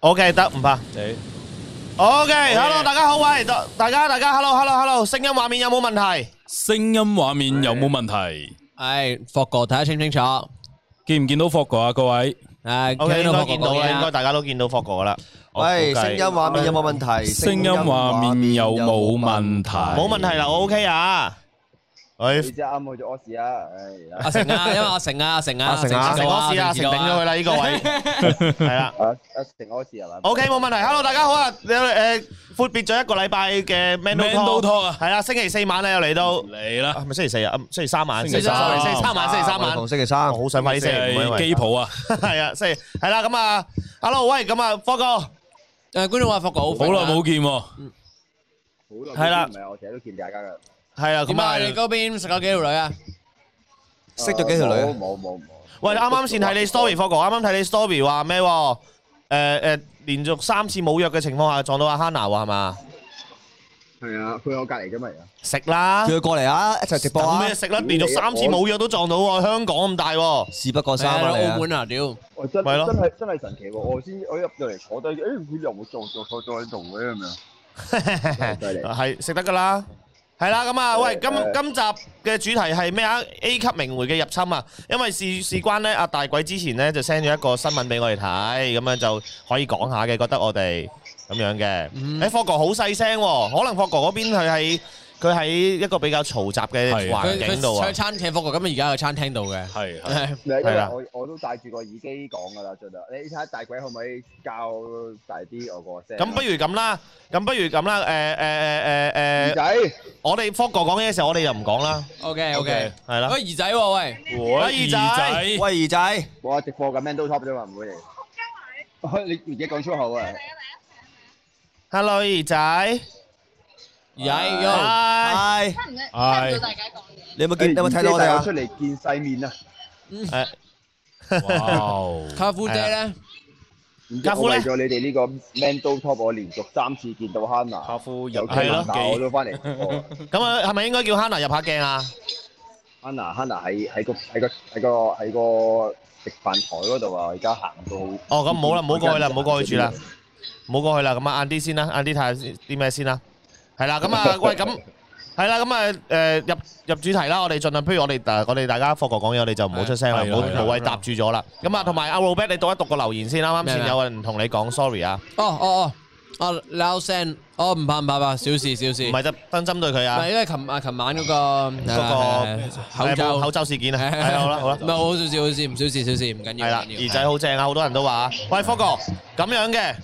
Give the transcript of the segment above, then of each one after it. OK，得唔怕。你 OK，hello，大家好，喂，大大家大家，hello，hello，hello，聲音畫面有冇問題？聲音畫面有冇問題？系霍哥睇得清唔清楚？見唔見到霍哥啊？各位，诶， OK，應聽該霍哥見到講嘢啦，啊應該大家都見到霍哥啦。喂，我估計聲音畫面有冇問題？聲音畫面有冇問題？冇問題啦，我 OK 啊。你誒，只啱去咗 Os 啊！唉，阿成啊，因為阿成啊，阿成啊，成啊，成知道哥試啊，知成道頂咗佢啦呢個 位，係啦。啊啊成 Os 係嘛 OK，冇問題。Hello，大家好啊！你誒闊別咗一個禮拜嘅 Man Mandal Talk， Talk 啊係啦，星期四晚咧又嚟到，嚟啦，係咪星期四啊？啊星期三晚，星期三，sorry，星期三 Dạ, 晚，星期三晚，同我星期三，好想快啲星期五啊因係為機鋪啊，係啊，星期係啦，咁啊，Hello，喂，咁啊，科哥。诶，觀眾話霍哥好好肥啊耐冇見喎，好耐係啦唔係我成日都見大家噶。係啊，點咁啊啊？，你嗰邊食咗幾條女啊？Ờ, 識咗幾條女啊冇冇冇冇。喂，啱啱先睇你 story，科哥，啱啱睇你 story 話咩喎？誒誒，連續三次冇約嘅情況下撞到阿 Hanna 喎，係嘛？係啊，佢喺我隔離啫嘛。而家食啦叫，佢過嚟啊，一齊直播等啊咩，食啦？連續三次冇約都撞到喎，香港咁大 喎。 事不過係三啊你啊，你喺啊澳，門啊，屌！我真真咪咯係真係神奇喎！我先我一入到嚟坐低，誒佢又冇做做坐咗喺度嘅咁樣。真係犀利。係，食得㗎啦。係啦，咁啊，喂，今誒今集嘅主題係咩啊？A 級名回嘅入侵啊，因為事事關呢，阿大鬼之前呢就 send 咗一個新聞俾我哋睇，咁樣就可以講下嘅，覺得我哋咁樣嘅。誒，霍哥好細聲喎，可能霍哥嗰邊佢喺佢喺一個比較嘈雜嘅係環佢佢境度啊喺。餐廳霍哥，咁而家喺餐廳度嘅。係係係唔係因係啦為我我都戴住個耳機講㗎啦，盡量。你睇下大鬼可唔可以較大啲我個聲？咁不如咁啦，咁不如咁啦，誒誒誒誒仔誒，我哋霍哥講嘢嘅時候，我哋就唔講啦， ，OK OK。係啦。喂，兒仔喎，喂，喂二仔仔，喂，二仔，我直播緊 Mental Top 啫嘛，唔會嚟。你而家講粗口啊！ Hello，兒仔，兒仔，yo， Hi。嗨，你有冇見？你有冇睇到我哋帶我啊出？嚟見世面啊！誒哇， 卡夫姐咧，唔知家我夫呢為咗你哋呢個 Mental Top，我連續三次見到 Hanna，卡夫有入機會係咯鬧我都翻嚟直播啊。咁啊，係咪應該叫 Hanna 入下鏡啊？ Hanna，Hanna 喺喺個喺個喺個喺個食飯台嗰度啊！我而家行到好。哦，咁唔好啦，唔好過去啦，唔好過去住啦，唔好過去啦。咁啊，晏啲先啦，晏啲睇下先啲咩先啦。係啦，咁啊，喂，咁係啦，咁啊，誒入入主題啦，我哋盡量，不如我哋誒我哋大家霍國講嘢，我哋就唔好出聲啦，係唔好係係無謂搭住咗啦。咁啊，同埋阿 Robert，你讀一讀個留言先，啱啱咩先咩有人同你講 sorry 啊，哦哦哦，哦，loud 聲，哦唔怕唔怕唔怕，小事小事。唔係特登針對佢唔啊係，，因為琴啊琴晚嗰個嗰個口罩口罩事件啊，係係好啦好啦唔。係好少少事，唔少事小事，唔緊要。係啦，唔緊要兒仔好正啊，好多人都話。喂，科哥，咁樣嘅，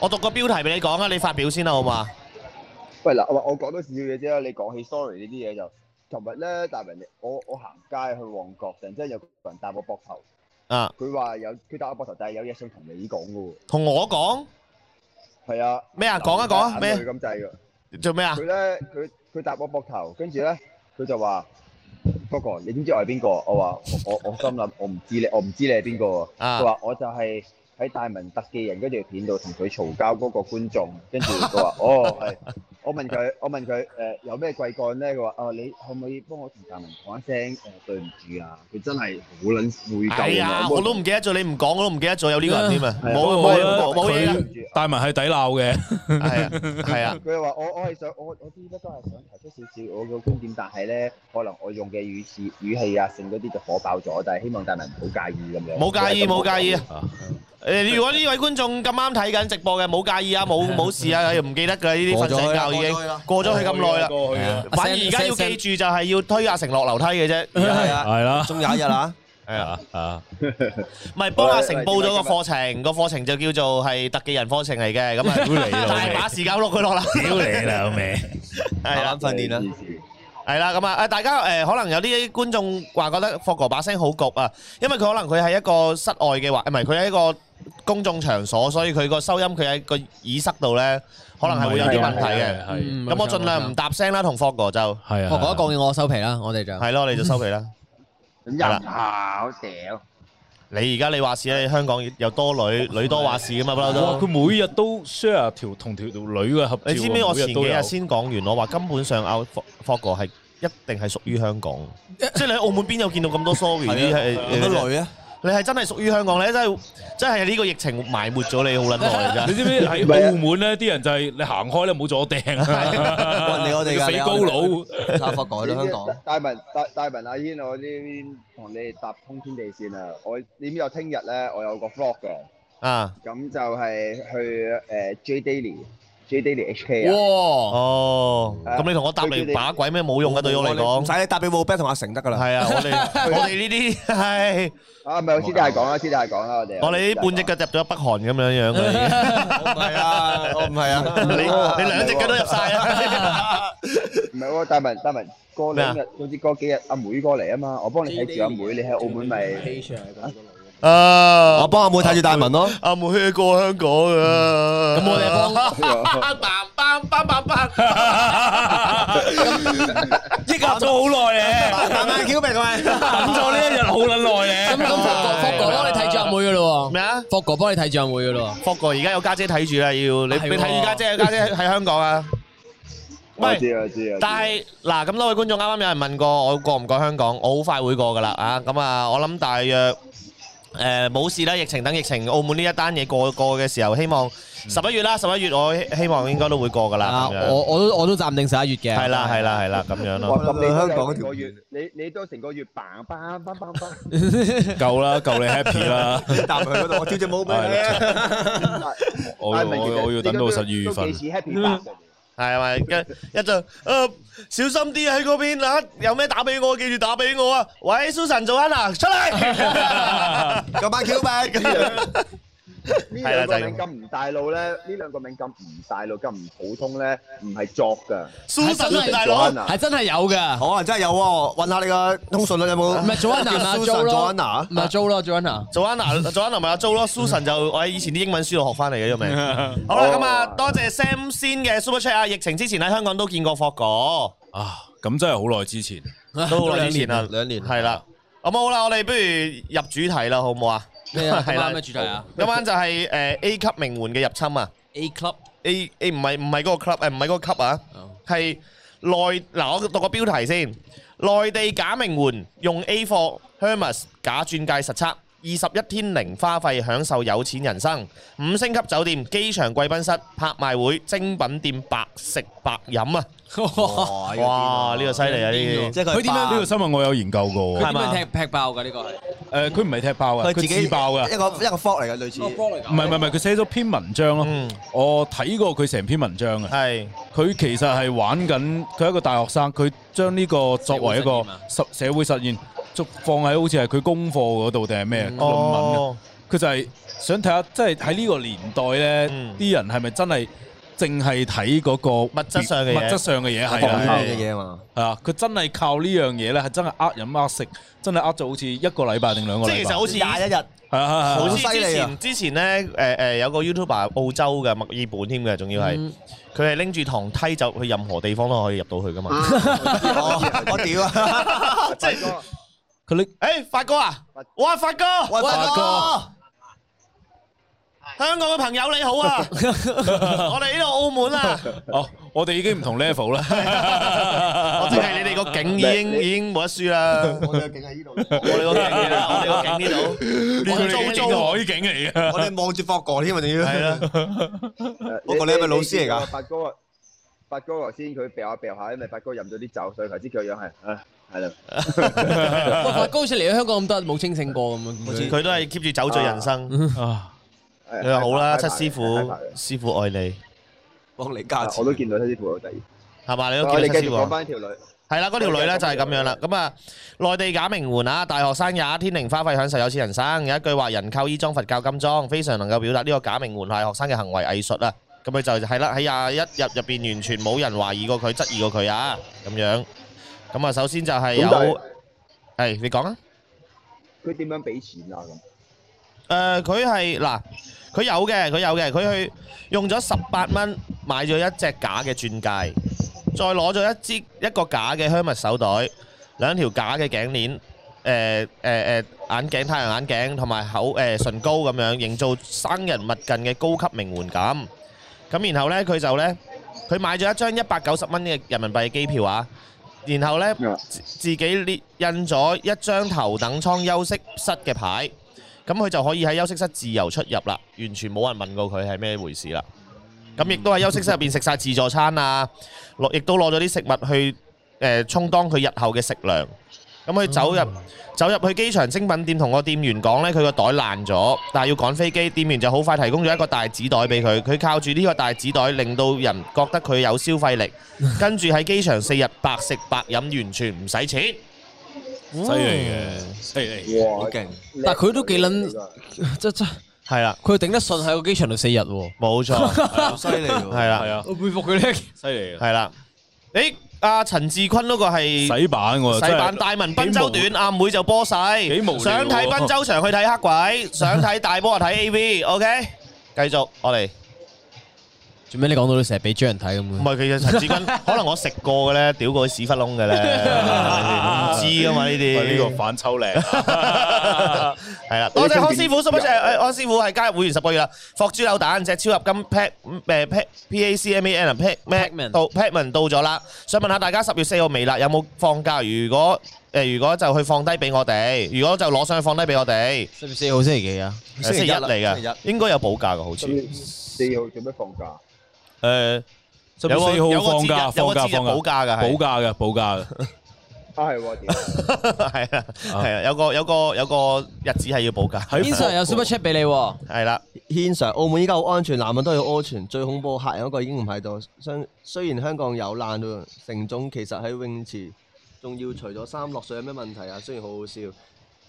我讀個標題俾你講啊，你發表先啦，好嘛？喂嗱，我我講多少少嘢啫啦。你講起 sorry 呢啲嘢就，琴日咧，但係人哋我我行街去旺角，突然之間有個人搭我膊頭，啊，佢話有佢搭我膊頭，但係有嘢想同你講嘅同我講喎。係啊，咩啊？講啊講啊，眼淚咩？咁滯㗎。做咩啊佢？咧，佢佢搭我膊頭，跟住咧，佢就話：哥哥，你知唔知我係邊個？我話：我我我心諗，我唔知你，我唔知你係邊個喎。啊佢話：我就係喺大文特技人嗰條片度同佢嘈交嗰個觀眾。跟住佢 話：哦，係。我問佢，我問佢誒、呃有咩貴幹咧？佢話：啊，你可唔可以幫我同大文講一聲誒、對唔住啊？佢真係好撚悔哎疚呀，啊！我都唔記得咗，你唔講我都唔記得咗有呢個人添啊！係啊冇我覺冇得冇冇嘢啊啦，佢大文係抵鬧嘅，係啊係啊，佢又話：我我係想我我啲咧都係想提出少少我嘅觀點，但係咧可能我用嘅語詞語氣啊，性嗰啲就火爆咗，但係希望大家唔好介意咁樣。冇介意冇介意。啊誒，如果呢位觀眾咁啱睇緊直播嘅，冇介意啊，冇冇事啊，唔記得㗎呢啲過瞓咗去啦醒覺已過咗去經啦過咗去咁耐啦，過去啊，阿反而 Sam- 而家要 Sam- 記住就係要推阿成落樓梯嘅啫。係啊，係啦，仲有一日啊，係啊。啊唔係幫阿成報咗個課程，個課程就叫做係特技人課程嚟嘅，咁啊，屌你老大味把時間碌佢落啦，屌你啦味，係啦慢慢訓練啊啦，係啦，咁啊，誒大家誒可能有啲觀眾話覺得霍哥把聲好焗啊，因為佢可能佢係一個室外嘅話，唔係佢喺一個公眾場所，所以佢個收音佢喺個耳塞度咧，可能係會有啲問題嘅。係咁我盡量唔搭聲啦，同霍哥就 係啊，我講一講嘢，我收皮啦，我哋就係咯，你就收皮啦。咁啊又跑屌，你而家你話事咧，你香港又多女，女多話事噶嘛，不嬲哇！都佢。每日都 share 條同條女嘅合照你喎，知唔知我前幾每日日先講完，我話根本上阿霍霍哥係一定係屬於香港，即係你喺澳門邊有見到咁多 sorry 啲有係好多女啊，你係真係屬於香港，你真係真係呢個疫情埋沒咗你好撚耐真你 係。知唔知喺唔係啊澳門咧，啲人就係你行開咧，冇咗掟啊！人哋我哋㗎死你高佬，打法改啦香港。戴文戴戴文阿煙，我呢邊同你哋搭通天地線啊！我點有聽日咧，我有個 vlog 嘅，啊，咁就係去誒 J Daily J Daily HK 啊，哇！哦，咁你同我搭對住嚟你把鬼咩冇用嘅對我嚟唔講。使你答俾冇 b 同阿成得㗎啦。係啊，我哋我哋呢啲係啊唔係，我私底下講啦，私底下講啦，我哋我哋呢半隻腳入咗北韓咁樣樣嘅已經。我唔係啊，我唔係啊。你你兩隻腳都入晒啊啦。唔係喎，戴文戴文過兩日，總之過幾日阿妹過嚟啊嘛，我幫你睇住阿妹，你喺澳門咪啊我幫阿妹睇住大文咯。阿妹過香港啊！嗯咁 我哋幫抑壓咗好耐咧，慢慢 Q 明喂，等咗呢一日好撚耐咧。咁咁霍哥霍哥幫你睇住阿妹噶咯喎，咩啊？霍哥幫你睇住阿妹噶咯霍哥而家有家姐睇住啦，要係喎你你睇住家姐，家姐喺 香港啊。我喂，知我知啊。但係嗱，咁多位觀眾啱啱有人問過我過唔過香港，我好快會過噶啦啊！咁啊，我諗大約。誒冇、事啦，疫情等疫情，澳門呢一單嘢過過嘅時候，希望十一月啦，十一月我希望應該都會過噶喎。啦，啊咁樣我我都我都暫定十一月嘅。係 啦係啦係啦咁樣哇咯，咁你香香港嗰條港成個月，你你都成個月 bang bang bang bang bang。夠啦，夠你 happy 啦。搭佢嗰度，我挑隻帽俾係啦你。我要我我要等到十二月份。係咪？一一陣，誒、小心啲喺嗰邊啊！有咩打俾我，記住打俾我啊！喂，Susan 做緊啊，出 嚟！咁晚 Q 明，呢啊兩個名咁唔大路咧，呢兩個名咁唔大路咁唔普通咧，唔係作㗎。 Susan 啊，大佬， Joanna 係真係有噶，可能啊真係有喎。問下你個通訊率啊有冇？唔係 Joanna 啊 Jo 咯， Joanna 唔係 Jo 咯 Joanna。做安娜，做安娜咪阿 Jo 咯，Susan 就我喺以前啲英文書度學翻嚟嘅，呢個名。好啦，咁啊，哦多謝 Sam 先嘅 Super Chat 啊！疫情之前喺香港都見過霍哥，啊，咁真係好耐之前。都好耐之前啦，兩年係啦。咁好啦，我哋不如入主題啦，好唔好啊？咩 啊？係啦啱咩主題啊今晚就係誒 A 級名媛嘅入侵啊！ ？A Club A A 唔係唔係嗰個 club 誒唔係嗰個級啊哦，係內嗱我讀個標題先，內地假名媛用 A 貨 Hermes 假鑽戒實測，二十一天零花費享受有錢人生，五星級酒店、機場貴賓室、拍賣會、精品店白食白飲啊！哎哇，呢個犀利啊！呢即係佢點樣呢個新聞我有研究過喎。係嘛點樣踢踢爆㗎呢個係？誒，佢唔係踢爆嘅，佢自爆啊嘅。一個一個 fog 嚟嘅，類似。哦唔係唔係唔係，佢寫咗篇文章咯。嗯我睇過佢成篇文章啲嘅。係佢其實係玩緊，佢係一個大學生，佢將呢個作為一個實社會實驗，就放喺好似係佢功課嗰度定係咩論文啊哦，佢就係想睇下，即係喺呢個年代咧，嗯啲人係咪真係淨係睇嗰個物質上嘅嘢物質上嘅嘢係講啦呢，嘅嘢嘛，係啊，佢真係靠呢樣嘢咧，係真係呃飲呃食，真係呃咗好似一個禮拜定兩個即係其禮實拜。好似以廿一日。係啊係啊係啊好好似犀之利啊前之前咧，誒誒有個 YouTuber 澳洲嘅墨爾本添嘅，仲要係佢係拎住堂梯就去任何地方都可以入到去噶嘛。哦我屌啊！即係佢拎 誒發哥啊發，哇發哥，喂，發哥，香港嘅朋友你好啊，我哋呢度澳門 啊，哦，我哋已經唔同 level 啦。我淨係你哋個景已經已經冇得輸 啦，我哋嘅景啊喺呢度，我哋個景嚟啦，我哋個景呢呢個係度，我海景嚟嘅。我哋望住 fog 哥添啊！仲租要係啦，不過你係咪老師嚟㗎發哥啊，發哥頭先佢掉下掉下，因為發哥飲咗啲酒，所以頭先腳樣係， 唉係啦。喂，發哥好似嚟咗香港咁多，冇清醒過咁樣。好似佢都係 keep 住酒醉人生，啊係你話好啦，係七排師係傅排嘅，師傅愛你，幫你加啊錢我都見到七師傅有第二。係嘛？你都我叫哋七繼師續傅講啊。翻條女。係啦，嗰條女咧就係咁樣啦。咁啊，內地假名媛啊，大學生廿一天零花費享受有錢人生。有一句話：人靠衣裝，佛靠金裝，非常能夠表達呢個假名媛係學生嘅行為藝術啊。咁佢就係啦，喺廿一日入邊完全冇人懷疑過佢、質疑過佢啊，咁樣。咁啊，首先就係有咁但係係你講啊。佢點樣俾錢啊？咁誒，佢係嗱，佢有嘅，佢有嘅，佢去用咗十八蚊買咗一隻假嘅鑽戒，再攞咗一支一個假嘅 Hermes 手袋，兩條假嘅頸鏈，誒誒誒眼鏡、太陽眼鏡同埋口誒唇膏咁樣，營造生人勿近嘅高級名媛感。咁然後呢，佢就呢，佢買咗一張一百九十蚊嘅人民幣嘅機票啊，然後呢，啊自自己列印咗一張頭等艙休息室嘅牌。咁佢就可以喺休息室自由出入啦，完全冇人問過佢係咩回事啦。咁亦都喺休息室入邊食晒自助餐啊，攞亦都攞咗啲食物去誒、呃、充當佢日後嘅食糧。咁佢走入、走入去機場精品店同個店員講呢，佢個袋爛咗，但係要趕飛機，店員就好快提供咗一個大紙袋俾佢。佢靠住呢個大紙袋，令到人覺得佢有消 費力。跟住喺機場四日白食白飲，完全唔使錢。犀利嘅，犀利。好哇！勁，但係佢都幾撚真真，係啦，佢頂得順喺個機場度四日喎。冇錯，啊好犀利喎。 係啦係。啊，我佩服佢咧，犀利嘅。係啦。誒，阿陳志坤嗰個係洗版喎，洗版真係大文賓州段，阿妹就波細。幾無聊喎想睇賓州場去睇 黑鬼，想睇大波就睇 A V，OK？繼續，我哋做咩你講到你成日俾張人睇咁唔嘅？係佢嘅陳 志坤，可能我食過嘅咧，屌過啲屎忽窿 嘅咧，唔知噶嘛呢喂呢啲個。反抽 靚啊。係啦，多謝康師傅 super 康師傅係加入會員十個月啦。霍豬柳蛋隻超合金 pack 誒 pack P A C M A N pack Pacman 到 packman 到咗啦。想問下大家十月四號微辣有冇放假？如果誒如果就去放低俾我哋，如果就攞上去放低俾我哋。十月四號星期幾啊？星期一嚟星期嘅，應該有補假嘅好似。咁你四號做咩放假？誒十有個四有號個放節假，日有個放節假，日放補，假假嘅係補假嘅，補假嘅。啊係喎，屌係啊 係啊，有個有個有個日子係要補假，喺 Instant 有 super chat 俾你喎，係啦。軒 Sir，澳門依家好安全，男人都要安全。最恐怖客人嗰個已經唔喺度。相雖然香港有爛到成種，其實喺泳池仲要除咗衫落水，有咩問題啊？雖然好好笑。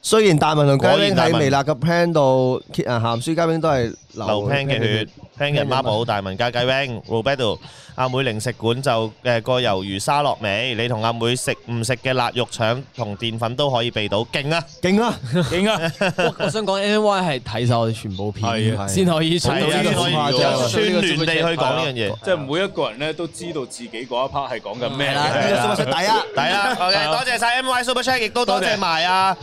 雖然大文同嘉果然冰大文喺微辣嘅 plan 度揭啊鹹書，嘉冰都係流流 plan 嘅血，，plan 嘅孖寶，大文加雞 wing Roberto，阿妹零食館就誒個魷魚沙落尾，你同阿妹食唔食嘅辣肉腸同澱粉都可以避到，勁啊！勁啊！勁啊！我我想講 N Y 係睇晒我哋全部係片啊先可以係睇啊，到呢個可以畫像有串聯地去講呢樣嘢，即係每一個人咧都知道自己嗰一 part 係講緊咩係啦嘅。啦出底啊！係啦，OK，多謝曬 MY Super Chat，亦都多謝埋啊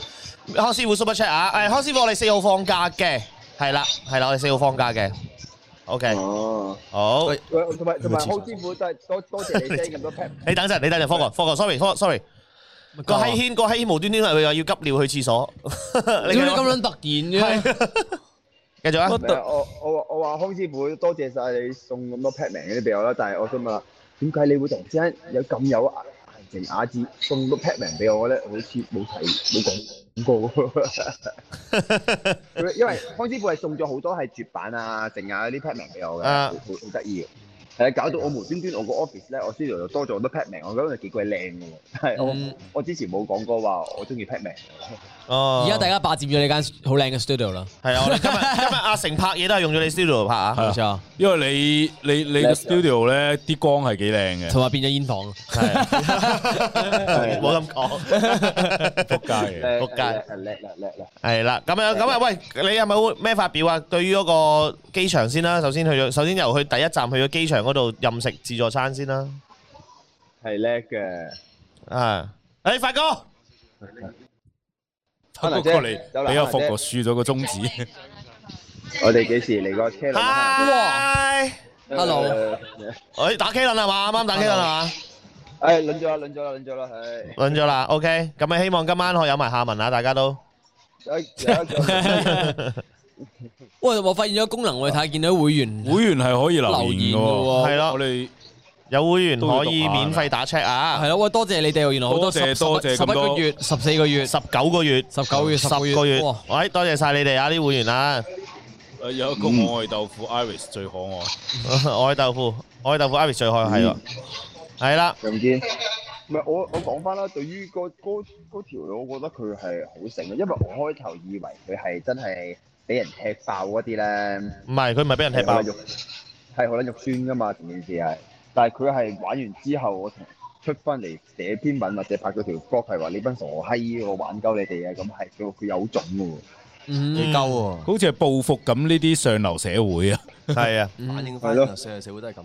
康師傅 Super Chat 啊，誒康師傅我哋四號放假嘅，係啦係啦，我哋四號放假嘅，OK，哦，好，喂，同埋同埋康師傅都係多多謝你 send 咁多 pack，你等陣，你等陣，科哥科哥，sorry，sorry。個閪軒，個閪軒無端端係話要急尿去廁 所，屌你咁撚突然嘅，繼續啊！唔係啊我我話我話康師傅多謝晒你送咁多 pack 名嗰啲俾我啦，但係我想問下，點解你會突然之間有咁有顏情雅致送咁多 pack 名俾我咧？好似冇睇冇講過喎因為康師傅係送咗好多係絕版啊、剩啊嗰啲 pack 名俾我嘅，啊好好好得意嘅。係啊，搞到我無端端我個 office 咧，我 studio 又多咗好多 pack 名，我覺得幾鬼靚嘅喎。但係我、嗯我之前冇講過話我中意 pack 名。哦而家大家霸佔咗你間好靚嘅 studio 啦，係啊，我哋今日今日阿成拍嘢都係用咗你 studio 度拍啊，係冇啊錯，因為你你你個 studio 咧啲光係幾靚嘅，同埋變咗煙房。係冇咁講，仆街嘅。仆街叻叻叻叻叻！係啦，咁樣咁啊，喂，你係咪會咩發表啊？對於嗰個機場先啦，首先去咗，首先由佢第一站去咗機場嗰度任食自助餐先啦，係叻嘅。啊，誒，發哥，不過你俾阿福哥輸咗個中指， 我哋幾時嚟個車輪啊？嗨， Hello 誒誒，打 K 輪係嘛？啱啱打 K 輪係嘛？誒，輪咗啦，輪咗啦，輪咗啦，係。揾咗啦，OK，咁啊，希望今晚可以有埋下文啊，大家都，哎誒喂，我發現咗功能，我哋睇見到會員會員係可以留留言言嘅嘅喎，係咯喎。我哋有會員都要可讀以下免費打 check 啊係，咯，喂，多謝你哋喎，原來好多多謝十多謝十咁一多個月、十四個月、十九個月。十九個月、十十個個月，月，哇！喂，多謝晒你哋啊啲會員啊！ 誒有一個我愛豆腐 Iris 最可愛。我愛豆腐，我愛豆腐 Ivy 最開係喎，係啦，楊堅，唔係我我講翻啦。對於嗰嗰嗰條路，我覺得佢係好醒嘅，因為我開頭以為佢係真係俾人踢爆嗰啲咧，唔係佢唔係俾人踢係爆好撚，肉，係好撚肉酸噶嘛，成件事係。但係佢係玩完之後，我同出翻嚟寫篇文或者拍咗條 blog 係話你班傻閪，我玩鳩你哋啊，咁係佢佢有種嘅喎。嗯，鳩喎，好似係報復咁呢啲上流社會啊！ 係啊，嗯反映翻係咯社社會都係咁。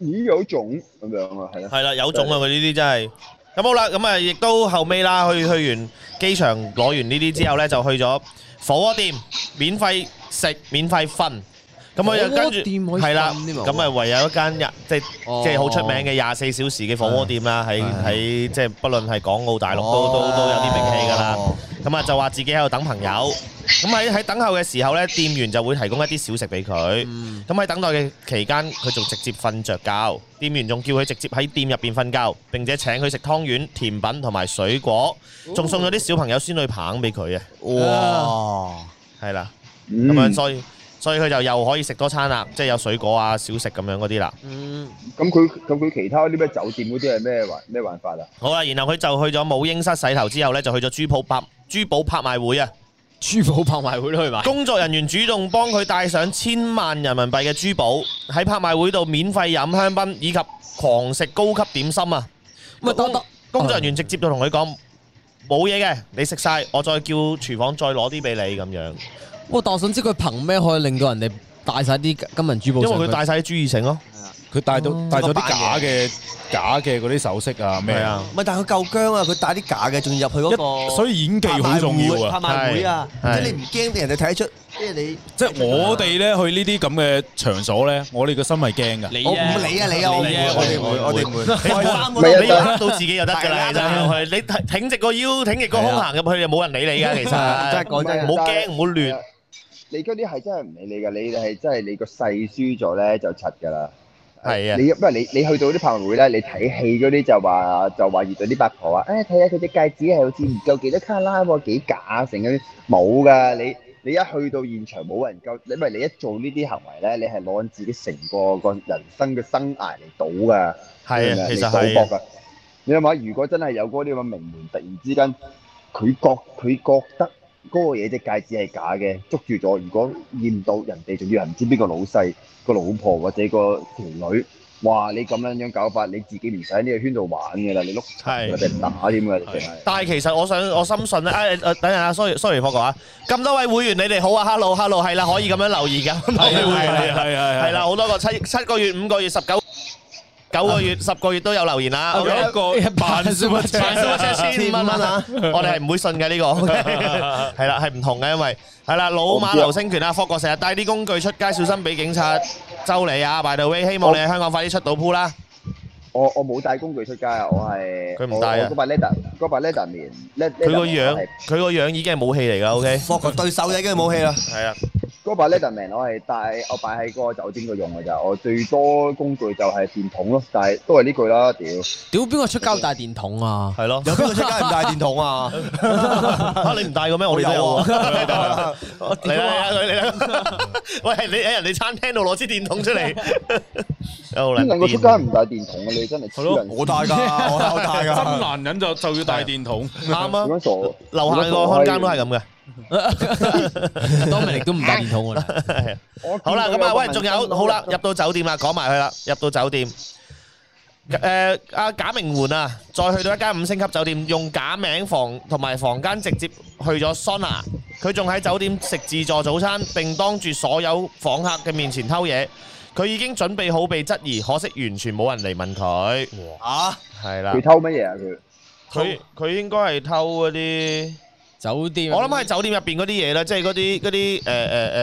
咦有種咁樣啊，係咯。係啦，有種啊佢呢啲真係。咁好啦，咁啊亦都後尾啦，去去完機場攞完呢啲之後咧，就去咗火鍋店免費食免費瞓。咁我又跟住火鍋店可以係啦，瞓添啊咁啊唯有一間日即係哦即係好出名嘅廿四小時嘅火鍋店啦，喺喺即係不論係港澳大陸都都都有啲名氣㗎啦。咁啊就話自己喺度等朋友，咁喺喺等候嘅時候呢，店員就會提供一啲小食俾佢。嗯，咁喺等待嘅期間，佢仲直接瞓着覺，店員仲叫佢直接喺店入邊瞓覺，並且請佢食湯圓、甜品同埋水果，仲送咗啲小朋友仙女棒俾佢啊！哦哇！嗯係啦，咁咁樣所以所以佢就又可以食多餐啦，即係有水果啊、小食咁樣嗰啲啦。嗯，咁佢咁佢其他啲咩酒店嗰啲係咩玩咩玩法啊？好啦，然後佢就去咗母嬰室洗頭之後呢，就去咗珠寶拍珠寶拍賣會啊！珠寶拍賣會都去 買。工作人員主動幫佢帶上千萬人民幣嘅珠寶，喺拍賣會度免費飲香檳以及狂食高級點心啊！唔工係，當當工作人員直接就同佢講冇嘢嘅，你食晒，我再叫廚房再攞啲俾你咁樣，我當想知佢憑咩可以令到人哋帶晒啲金銀珠寶因上去？為佢帶晒啲珠耳繩咯，佢戴到戴咗啲扮假嘢嘅假嘅嗰啲首飾啊咩係啊啊，，唔係，但係佢夠僵啊！佢帶啲假嘅，仲要入去嗰一個，所以演技好重要啊！拍賣會啊，即係係你唔驚俾人哋睇得出，即係你即係我哋咧去呢啲咁嘅場所咧，我哋個心係驚㗎。我唔理啊你啊，我唔你理啊啊，我哋會我哋唔會開三個唔係啊你呃到自己就得㗎啦，係其實你挺挺直個腰，挺直個胸行入去就冇人理你㗎，其 真係實講真唔係好驚，唔好亂，你嗰啲係真係唔理你㗎，你係真係你個細輸咗咧就柒㗎啦。係啊你因為你你去到啲拍賣會咧，你睇戲嗰啲就話就話遇到啲八婆啊，誒睇下佢隻戒指係好似唔夠幾多卡拉喎，幾假啊成嗰啲冇㗎，你你一去到現場冇人夠，因為你一做呢啲行為咧，你係攞緊自己成個個人生嘅生涯嚟賭㗎。係啊，你其實賭係啊博㗎。你諗下，如果真係有嗰啲咁嘅名門，突然之間佢覺佢覺得嗰個嘢隻戒指係假嘅，捉住咗，如果驗到人哋，仲要係唔知邊個老細、個老婆或者個條女，哇！你咁樣樣搞法，你自己唔使喺呢個圈度玩㗎啦，你碌係柒㗎啦，俾人打添㗎，你淨係。但係其實我想我深信咧，誒誒等陣啊，sorry sorry 霍哥啊，咁多位會員你哋好啊，hello hello，係啦，可以咁樣留言㗎，咁多位會員你哋係係係啦，。好多個七七個月、五個月、十九九個月、十個月都有留言啊啦。有 OK，一個扮 super chat 萬數一千五蚊啊！我哋係唔會信 嘅呢個，係啦，係唔同嘅，因為係啦，老馬流星拳啊，霍國成日帶啲工具出街，小心俾警察周你啊！By the way，希望你喺香港快啲出到鋪啦。我我冇帶工具出街啊，我係佢唔帶啊我我嗰把 leather 嗰把 leather 棉，le- 佢個 leather 樣係，佢個樣已經係武器嚟㗎。OK，霍國對手已經冇戲啦。係啊，嗰把 Leatherman 我係帶我擺喺嗰個酒店度用㗎咋，我最多工具就係電筒咯，但係都係呢句啦，屌！屌邊個出街帶電筒 啊？係咯。有邊個出街唔帶電筒啊？嚇你唔帶嘅咩？我哋都有啊。啊！嚟啦嚟啦嚟啦！ 喂，你喺人哋餐廳度攞支電筒出嚟，好啦邊，能夠出街唔帶電筒啊？你真係係黐咯人我帶㗎，我有 帶真㗎。男人就就要帶電筒，啱啊點！樣傻？樓下個看更都係咁嘅。當明力都唔帶電筒㗎啦。我見到好啦，咁啊，個喂，民仲有生好啦，入到酒店啦，講埋佢啦，入到酒店。誒，阿賈明媛啊，再去到一間五星級酒店，用假名房同埋房間直接去咗桑拿。佢仲喺酒店食自助早餐，並當住所有訪客嘅面前偷嘢。佢已經準備好被質疑，可惜完全冇人嚟問佢。啊！係啦佢，偷乜嘢啊？佢佢佢應該係偷嗰啲。酒店，我諗喺酒店入邊嗰啲嘢啦，即係嗰啲嗰啲誒誒誒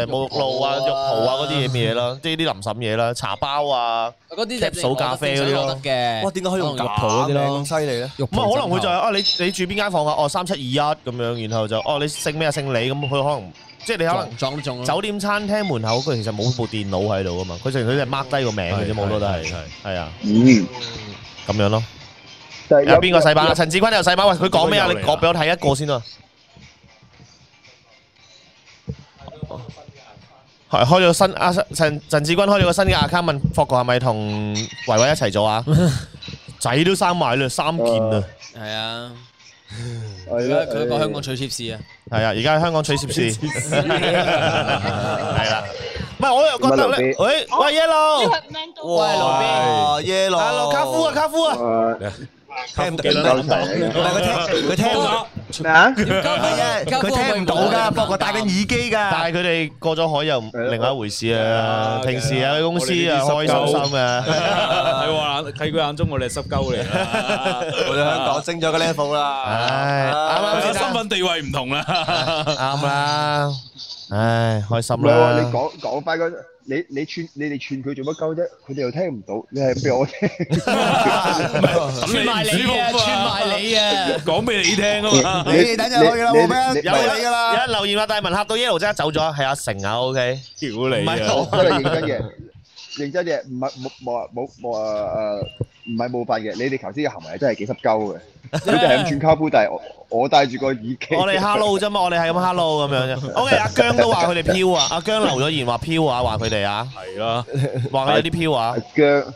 沐浴露啊、浴浴袍啊袍啊嗰啲嘢咩嘢啦，即係啲臨審嘢啦、茶包啊，嗰啲 capsule 咖啡嗰啲咯得嘅。哇，點解可以用可能假浴袍嗰啲咯名咁犀利咧？肉唔係可能佢就係啊你你住邊間房啊？哦三七二一咁樣，然後就哦你姓咩啊姓李咁，佢可能即係你可能撞都中咯。酒店餐廳門口佢其實冇部電腦喺度噶嘛，佢淨係佢係 mark 低個名嘅啫，冇多都係係啊嗯，咁樣咯。就係有邊個洗版啊？陳志坤有洗版，喂佢講咩啊？你邊個有嚟啊講俾我睇一個先啊！係開咗新啊！陳陳志軍開咗個新嘅 account，問霍哥係咪同維維一齊咗 啊？仔都生埋啦，三件啦，係啊，係佢啦，佢個香港取貼士啊，係啊！而家喺香港取攝事，係啦。唔係我又覺得咧，喂喂 Yellow，哇盧 yellow，啊羅卡夫啊卡夫啊，誒聽唔到，幾兩頭嚟唔係佢聽，佢聽唔到，咩啊？係啊，佢聽唔到㗎，不過戴緊耳機但㗎。係佢哋過咗海又另外一回事啊！係啊平時喺公司啊我開哋呢啲濕心鳩心嘅。喺我眼喺佢眼中我哋係濕 鳩嚟啦。我哋香港升咗個 Ờ, level 啦。唉啱啱先 ờ. 身份地位唔同啦。啱啦，唉，唉，開唔心係喎，你啦。講講翻嗰，你你串你哋串佢做乜鳩啫？佢哋又聽唔到，你係俾我聽。串埋你 ờ, 啊，串埋你啊！講俾你聽 啊嘛。你你等陣去㗎啦，你冇咩你有你㗎有啦。人留言話大文嚇到 yellow 即刻走咗，係阿成啊，OK。屌唔你係 啊！我真係認真 嘅，認真嘅，唔係冇冇啊冇冇啊誒，唔係冒犯嘅，你哋頭先嘅行為係真係幾濕鳩 嘅，你哋係咁串卡夫，但係我我戴住個耳機，我哋 hello 啫嘛，我哋係咁 hello 咁樣啫。OK，阿姜都話佢哋飄啊，阿姜留咗言話飄啊，話佢哋啊，係啦，話佢哋啲飄啊阿。姜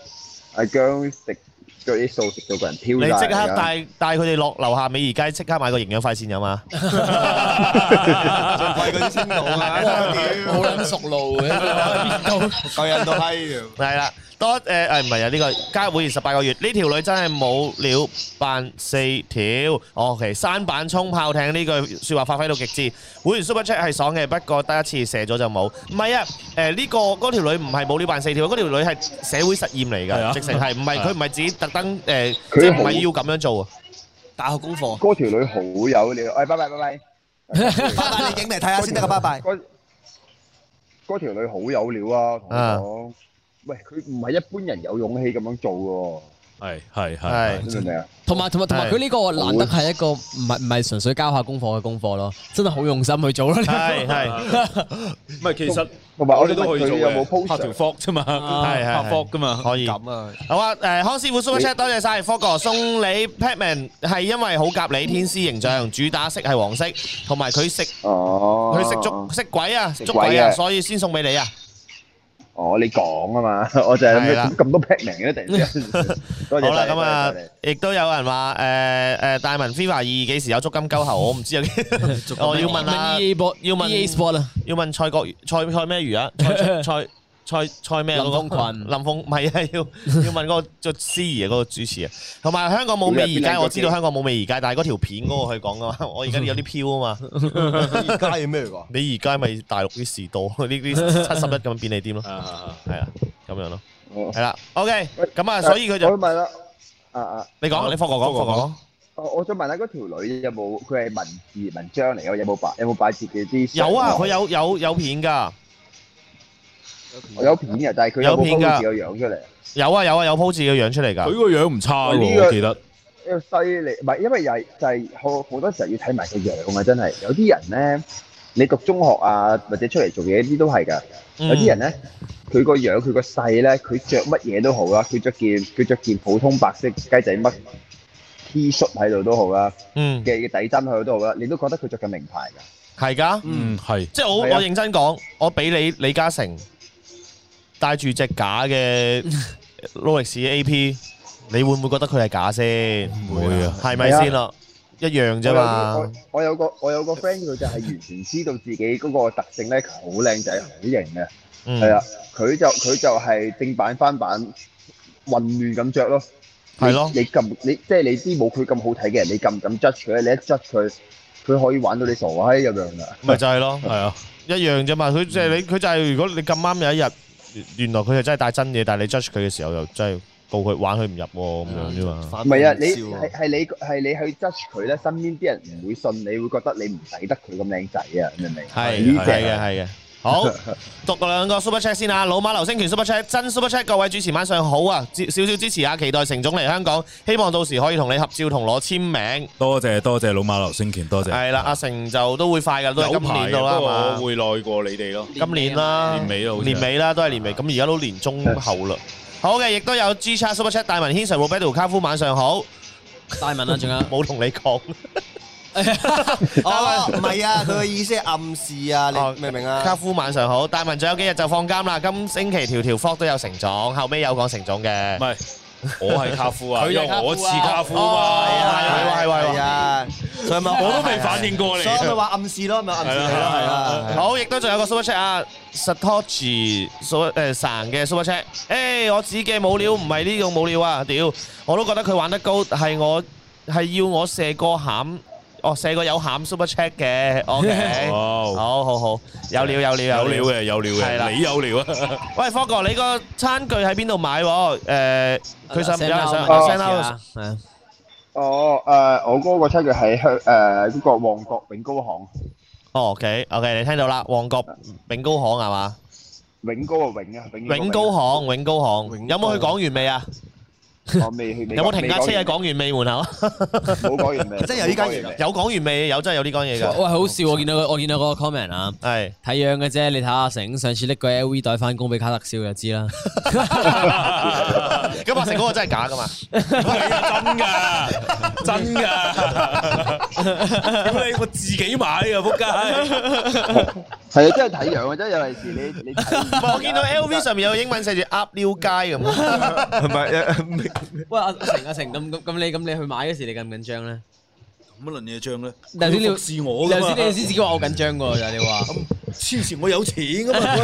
阿姜食咗啲素食到個人你飄晒，即刻而家帶帶佢哋落樓下美而街，即刻買個營養快線飲啊！貴嗰啲青島啊，好屌，撚熟路 嘅，貴人到閪啊！係啦，多誒誒唔係啊，呢個加入會員十八個月，呢條女真係冇料扮四條。OK，山哦板衝炮艇呢句説話發揮到極致，會員 Super Chat 係爽嘅，不過得一次射咗就冇。唔係啊，誒、呢、個嗰條女唔係冇料扮四條，嗰條女係社會實驗嚟係啊㗎，直情係唔係係啊佢唔係自己特登誒，即佢係唔好係要咁樣做啊？大學功課。嗰條女好友你，哎拜拜拜拜。拜拜，你影嚟睇下先得㗎，拜拜。嗰嗰條女好有料啊！同啊我講，喂，佢唔係一般人有勇氣咁樣做嘅係係係係。喎，你明唔明啊？嗯同埋同埋同埋係佢呢個難得係一個唔係唔係純粹交下功課嘅功課咯，真係好用心去做咯。呢個係 係。唔係，其實同埋我哋哋都可以做問佢有嘅，冇 post 啊拍條 vlog 啫嘛，係係拍 vlog 噶嘛。可以咁啊，好啊！誒，康師傅 Super Chat 多謝晒 f o g 送你 Patman 係因為好夾你天師形象，主打色係黃色，同埋佢食哦，佢食捉食鬼啊，食捉鬼鬼啊，啊所以先送俾你啊！哦，你講啊嘛， 我就係諗係啦緊咁多 pack 名嘅，突然 之間。多謝好啦，多謝咁啊多謝多謝，亦都有人話誒誒大文 FIFA 二幾時有捉金鳩 喉？我唔知啊， Ờ, 我要問下， EA Sport，要問 EA Sport 啊，要問蔡國蔡蔡咩 魚啊？蔡蔡蔡蔡咩啊？林嗰個峰群 林峰唔係啊， 要要問嗰個做司儀啊，嗰個主持啊，同埋香港冇美而邊兩家，個我知道香港冇美而家，但係嗰條片嗰個佢講 噶嘛，我而家有啲飄啊嘛。而家係咩嚟㗎？你而家咪大陸啲士多 呢啲七十一咁便利店咯，啊啊啊係啊，咁樣咯，哦係啦，OK，喂咁啊，所以佢我就問啦，啊啊，你講，你放我講，放我我我想問下嗰條女有冇佢係文字文章嚟嘅，有冇擺有冇擺自己啲講，有啊，相佢有有有片㗎，我有片嘅，但係佢有有冇片㗎 po 自己個樣出嚟？有啊有啊有 po 自己個樣出嚟佢㗎，個樣唔差呢喎，個我記得。因為犀利，唔係因為又係就係好好多時候要睇埋個樣啊！真係有啲人咧，你讀中學啊，或者出嚟做嘢呢啲都係㗎。有啲人咧，佢個樣佢個勢咧，佢着乜嘢都好啦，佢着件佢着件普通白色雞仔乜 T 恤喺度都好啦，嗯，嘅底衫喺度都好啦，你都覺得佢着緊名牌係㗎。㗎，嗯，係。即係我係啊我認真講，我俾你李嘉誠戴住隻假 嘅勞力士 AP，你會唔會覺得佢係假先？唔會啊。係咪先啦？一樣啫我有嘛啲，我我有個我有個 friend 佢就係完全知道自己嗰個特性咧，佢好靚仔，好型嘅，嗯係啊，佢就佢就係正版翻版混亂咁着咯。係咯。你撳你即係你知冇佢咁好睇嘅人，你撳唔撳 judge 佢咧？你一 judge 佢，佢可以玩到你傻閪咁樣噶。咪就係咯。係啊。一樣啫嘛，佢即係你，佢就係如果你咁啱有一日，原原來佢係真係帶真嘢，但係你 judge 佢嘅時候又真係告佢玩佢唔入喎咁樣啫嘛。反唔係啊，你笑係係你係你去 judge 佢咧，身邊啲人唔會信你，會覺得你唔抵得佢咁靚仔啊，明唔明？係呢隻係嘅係嘅。好，讀兩個 super chat 先啊！老馬流星拳 super chat，真 super chat，各位主持晚上好啊！支少少支持啊，期待成總嚟香港，希望到時可以同你合照同攞簽名。多謝多謝老馬劉星權，多謝。係啦，阿成就都會快噶，都係有今排年到啦，係我嘛？會耐過你哋咯。今年啦，年尾咯啊好似係年尾啦，都係年尾。咁而家都年中後啦。好嘅，亦都有 G Chat Super Chat 大文軒 Sir Roberto 卡夫晚上好，大文啊，仲有冇同你講。哦，唔係啊，佢嘅意思係暗示啊，哦你明唔明啊？卡夫晚上好，大文仲有幾日就放監啦。今星期條條 f o 都有成長，後尾有講成長嘅唔。係，我係卡夫啊，佢因就為我似卡卡夫哦嘛係。啊係啊係啊係啊係啊，所以咪我都未反應過你所以 咪話暗示咯，咪暗示你咯，係啊。好，亦都仲有個 super chat 啊，Satoshi 所誒神嘅 super chat，誒我指嘅冇料唔係呢種冇料啊，屌，我都覺得佢玩得高，係我係要我射個餡，哦射個有餡 super chat 嘅，OK， 哦，好好好，有料有料有料嘅，有料係啦嘅，你有料啊！喂科哥，你個餐具喺邊度買喎？誒，Ờ, 佢想有人想啊 send out，係啊，哦，誒，我嗰個出嘅喺香誒嗰個旺角永高巷，哦，OK，OK，你聽到啦，旺角永高行係嘛？永高啊永啊永遠個永高啊行，永高行，永有冇去高港園未啊？我未去美有國冇停架車啊喺未講港園尾門口？完冇講 完未？真係有呢間嘢㗎未有港園尾，有真係有呢間嘢㗎，喂，好笑！我見到個我見到個 comment à? 啊，係。 睇樣嘅啫。你睇下阿成上次拎個 LV 袋翻工俾卡特笑就知啦。咁阿成嗰個真係假㗎嘛？ 真 噶，真噶，咁你我自己買啊，仆街！係啊，真係 睇樣啊！真係有陣時你你唔係，我見到 LV 上面有個英文寫住 Up New 街咁。 喂，阿阿成阿成咁咁咁你咁你去買嗰時你緊唔緊張咧？乜撚嘢張咧？頭先你佢服侍我頭㗎先你嘛？先自己話我緊張喎，就係你話。黐線，我有錢噶嘛，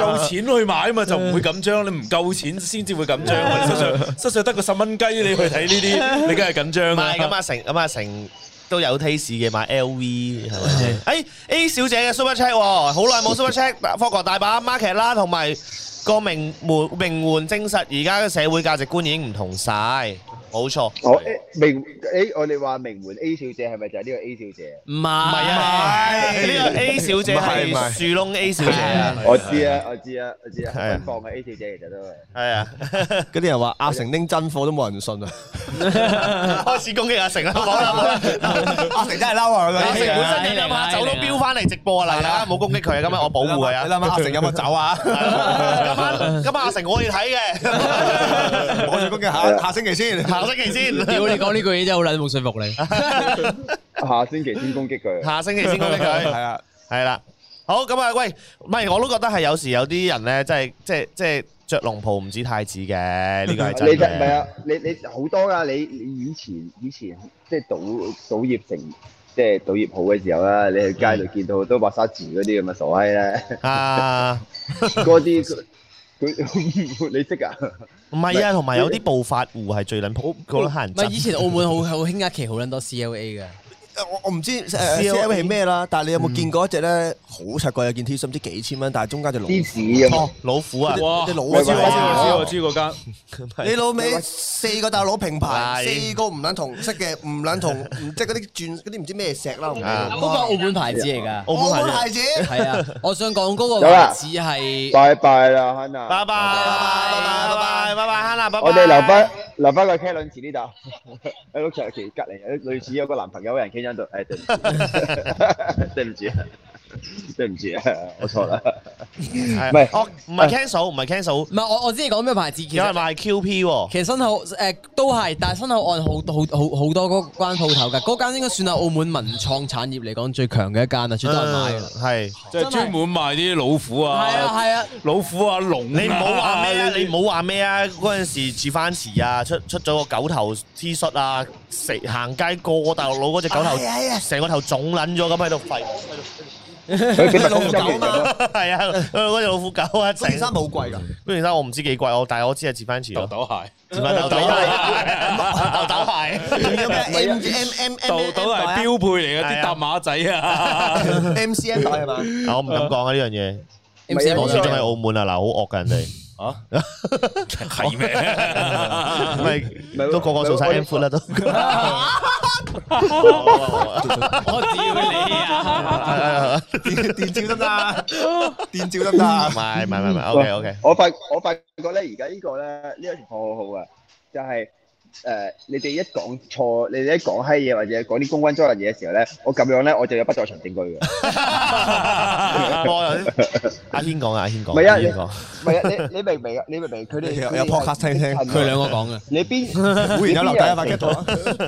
有錢去買嘛，就唔會緊張。你唔夠錢先至會緊張啊。你身上身上得個十蚊雞，你去睇呢啲，你梗係緊張唔係咁啊。阿成，咁阿成都有 taste 嘅買 LV 係咪先？誒 A 小姐嘅 super check 喎，好耐冇 super check，科國大把 market 啦，同埋個名門名媛證實而家嘅社會價值觀已經唔同晒，冇錯。我欸明誒，我哋話名門 A 小姐係咪就係呢個 A 小姐？唔係，唔係呢個 A 小姐係樹窿 A 小姐啊，我知啊，我知啊，我知啊，係啊奔放嘅 A 小姐其實都係。係啊，嗰啲人話阿成拎真貨都冇人信啊！開始攻擊阿成 啦，好啦好啦。阿成真係嬲啊！係咪阿成係啊本身你諗哎下走到標翻嚟直播啊，嗱，大家唔好攻擊佢啊，今日我保護佢啊你。諗下阿成有冇走啊？今日阿成我要睇嘅， 我再攻擊下下星期先。下星期先，屌你講呢句嘢真係好撚冇說服你。下星期先攻擊佢。下星期先講俾係佢，啊， 係啦。好咁啊，喂，唔係我都覺得係有時有啲人咧，即係即係即係着龍袍唔止太子嘅，呢個 係真你就唔係嘅。啊？你你好多㗎！你你以前以前即係賭賭業成即係賭業好嘅時候啦，你去街嗯度見到好多白沙字嗰啲咁嘅傻閪咧， 啊，嗰啲佢佢你 識㗎？唔係啊，同埋有啲暴發戶係最撚仆，覺得乞人唔係以憎。前澳門好好興一期好撚多 CLA 嘅，我我唔知 C L 係咩啦，但係你有冇見過一隻咧好柒貴有件 T 恤，唔知幾千蚊，但係中間隻龍芝士咁哦，老虎啊！哇！隻老我知我知我啊！知我知嗰間。你老味四個大佬平係排，四個唔撚同色嘅，唔撚同，唔即係嗰啲鑽嗰啲唔知咩石啦。啊嗰個係澳門牌子嚟㗎。澳我門冇牌牌子，子。係啊，我想講嗰個有啦牌子係。拜拜啦，Hanna。拜拜拜拜拜拜拜拜，慳啦拜拜。我哋留翻留翻個 K 輪前呢度， 喺碌長期隔離有類似有個男朋友嘅人傾緊度，誒對唔住，對 唔住， 對唔住啊，我錯啦，係唔係哦，唔係 cancel，唔係 cancel，唔係我我知你講咩牌子，其有實人賣 QP 喎。其實新口誒、呃都係，但係新口岸好好好好多嗰間鋪頭㗎，嗰間應該算係澳門文創產業嚟講最強嘅一間啦，最多人買㗎啦。係。即係專門賣啲老虎係啊啊、係啊，老虎啊、龍啊你唔好話咩啊！你唔好話咩啊！嗰陣時住番池啊，出出咗個九頭 T 恤啊，食行街個個大陸佬嗰只九頭，成個頭腫撚咗咁喺度吠，佢俾老狗嘛，係啊，嗰只老虎狗啊，嗰成件衫好貴㗎，嗰件衫我唔知幾貴，我但係我知係住番池豆咯，豆鞋，住翻豆豆豆豆仲鞋，有咩 M M M 豆 M 豆係 M 標配嚟嘅，係啊啲搭馬仔 啊。 M C M 袋係嘛？我唔敢講啊呢樣嘢，唔係 MC 有我冇啲始咗終喺澳門啊，嗱好惡㗎人哋，係咩？咪都個個做晒 M foot 啦都，我屌你啊！ 電電照得唔得啊？電照得唔得啊唔？係唔係唔係，OK OK，我發我發覺咧，而家呢個咧呢個情況好好啊，就係、誒、你哋一講錯，你哋一講閪嘢或者講啲公關災難嘢嘅時候咧，我咁樣咧我就有不在場證據嘅。阿軒講啊，阿軒講，唔係啊阿軒你講。唔係啊，你你明唔明啊？你明唔明佢哋有有 podcast 聽聽佢兩個講嘅，你邊會員有留低一百 get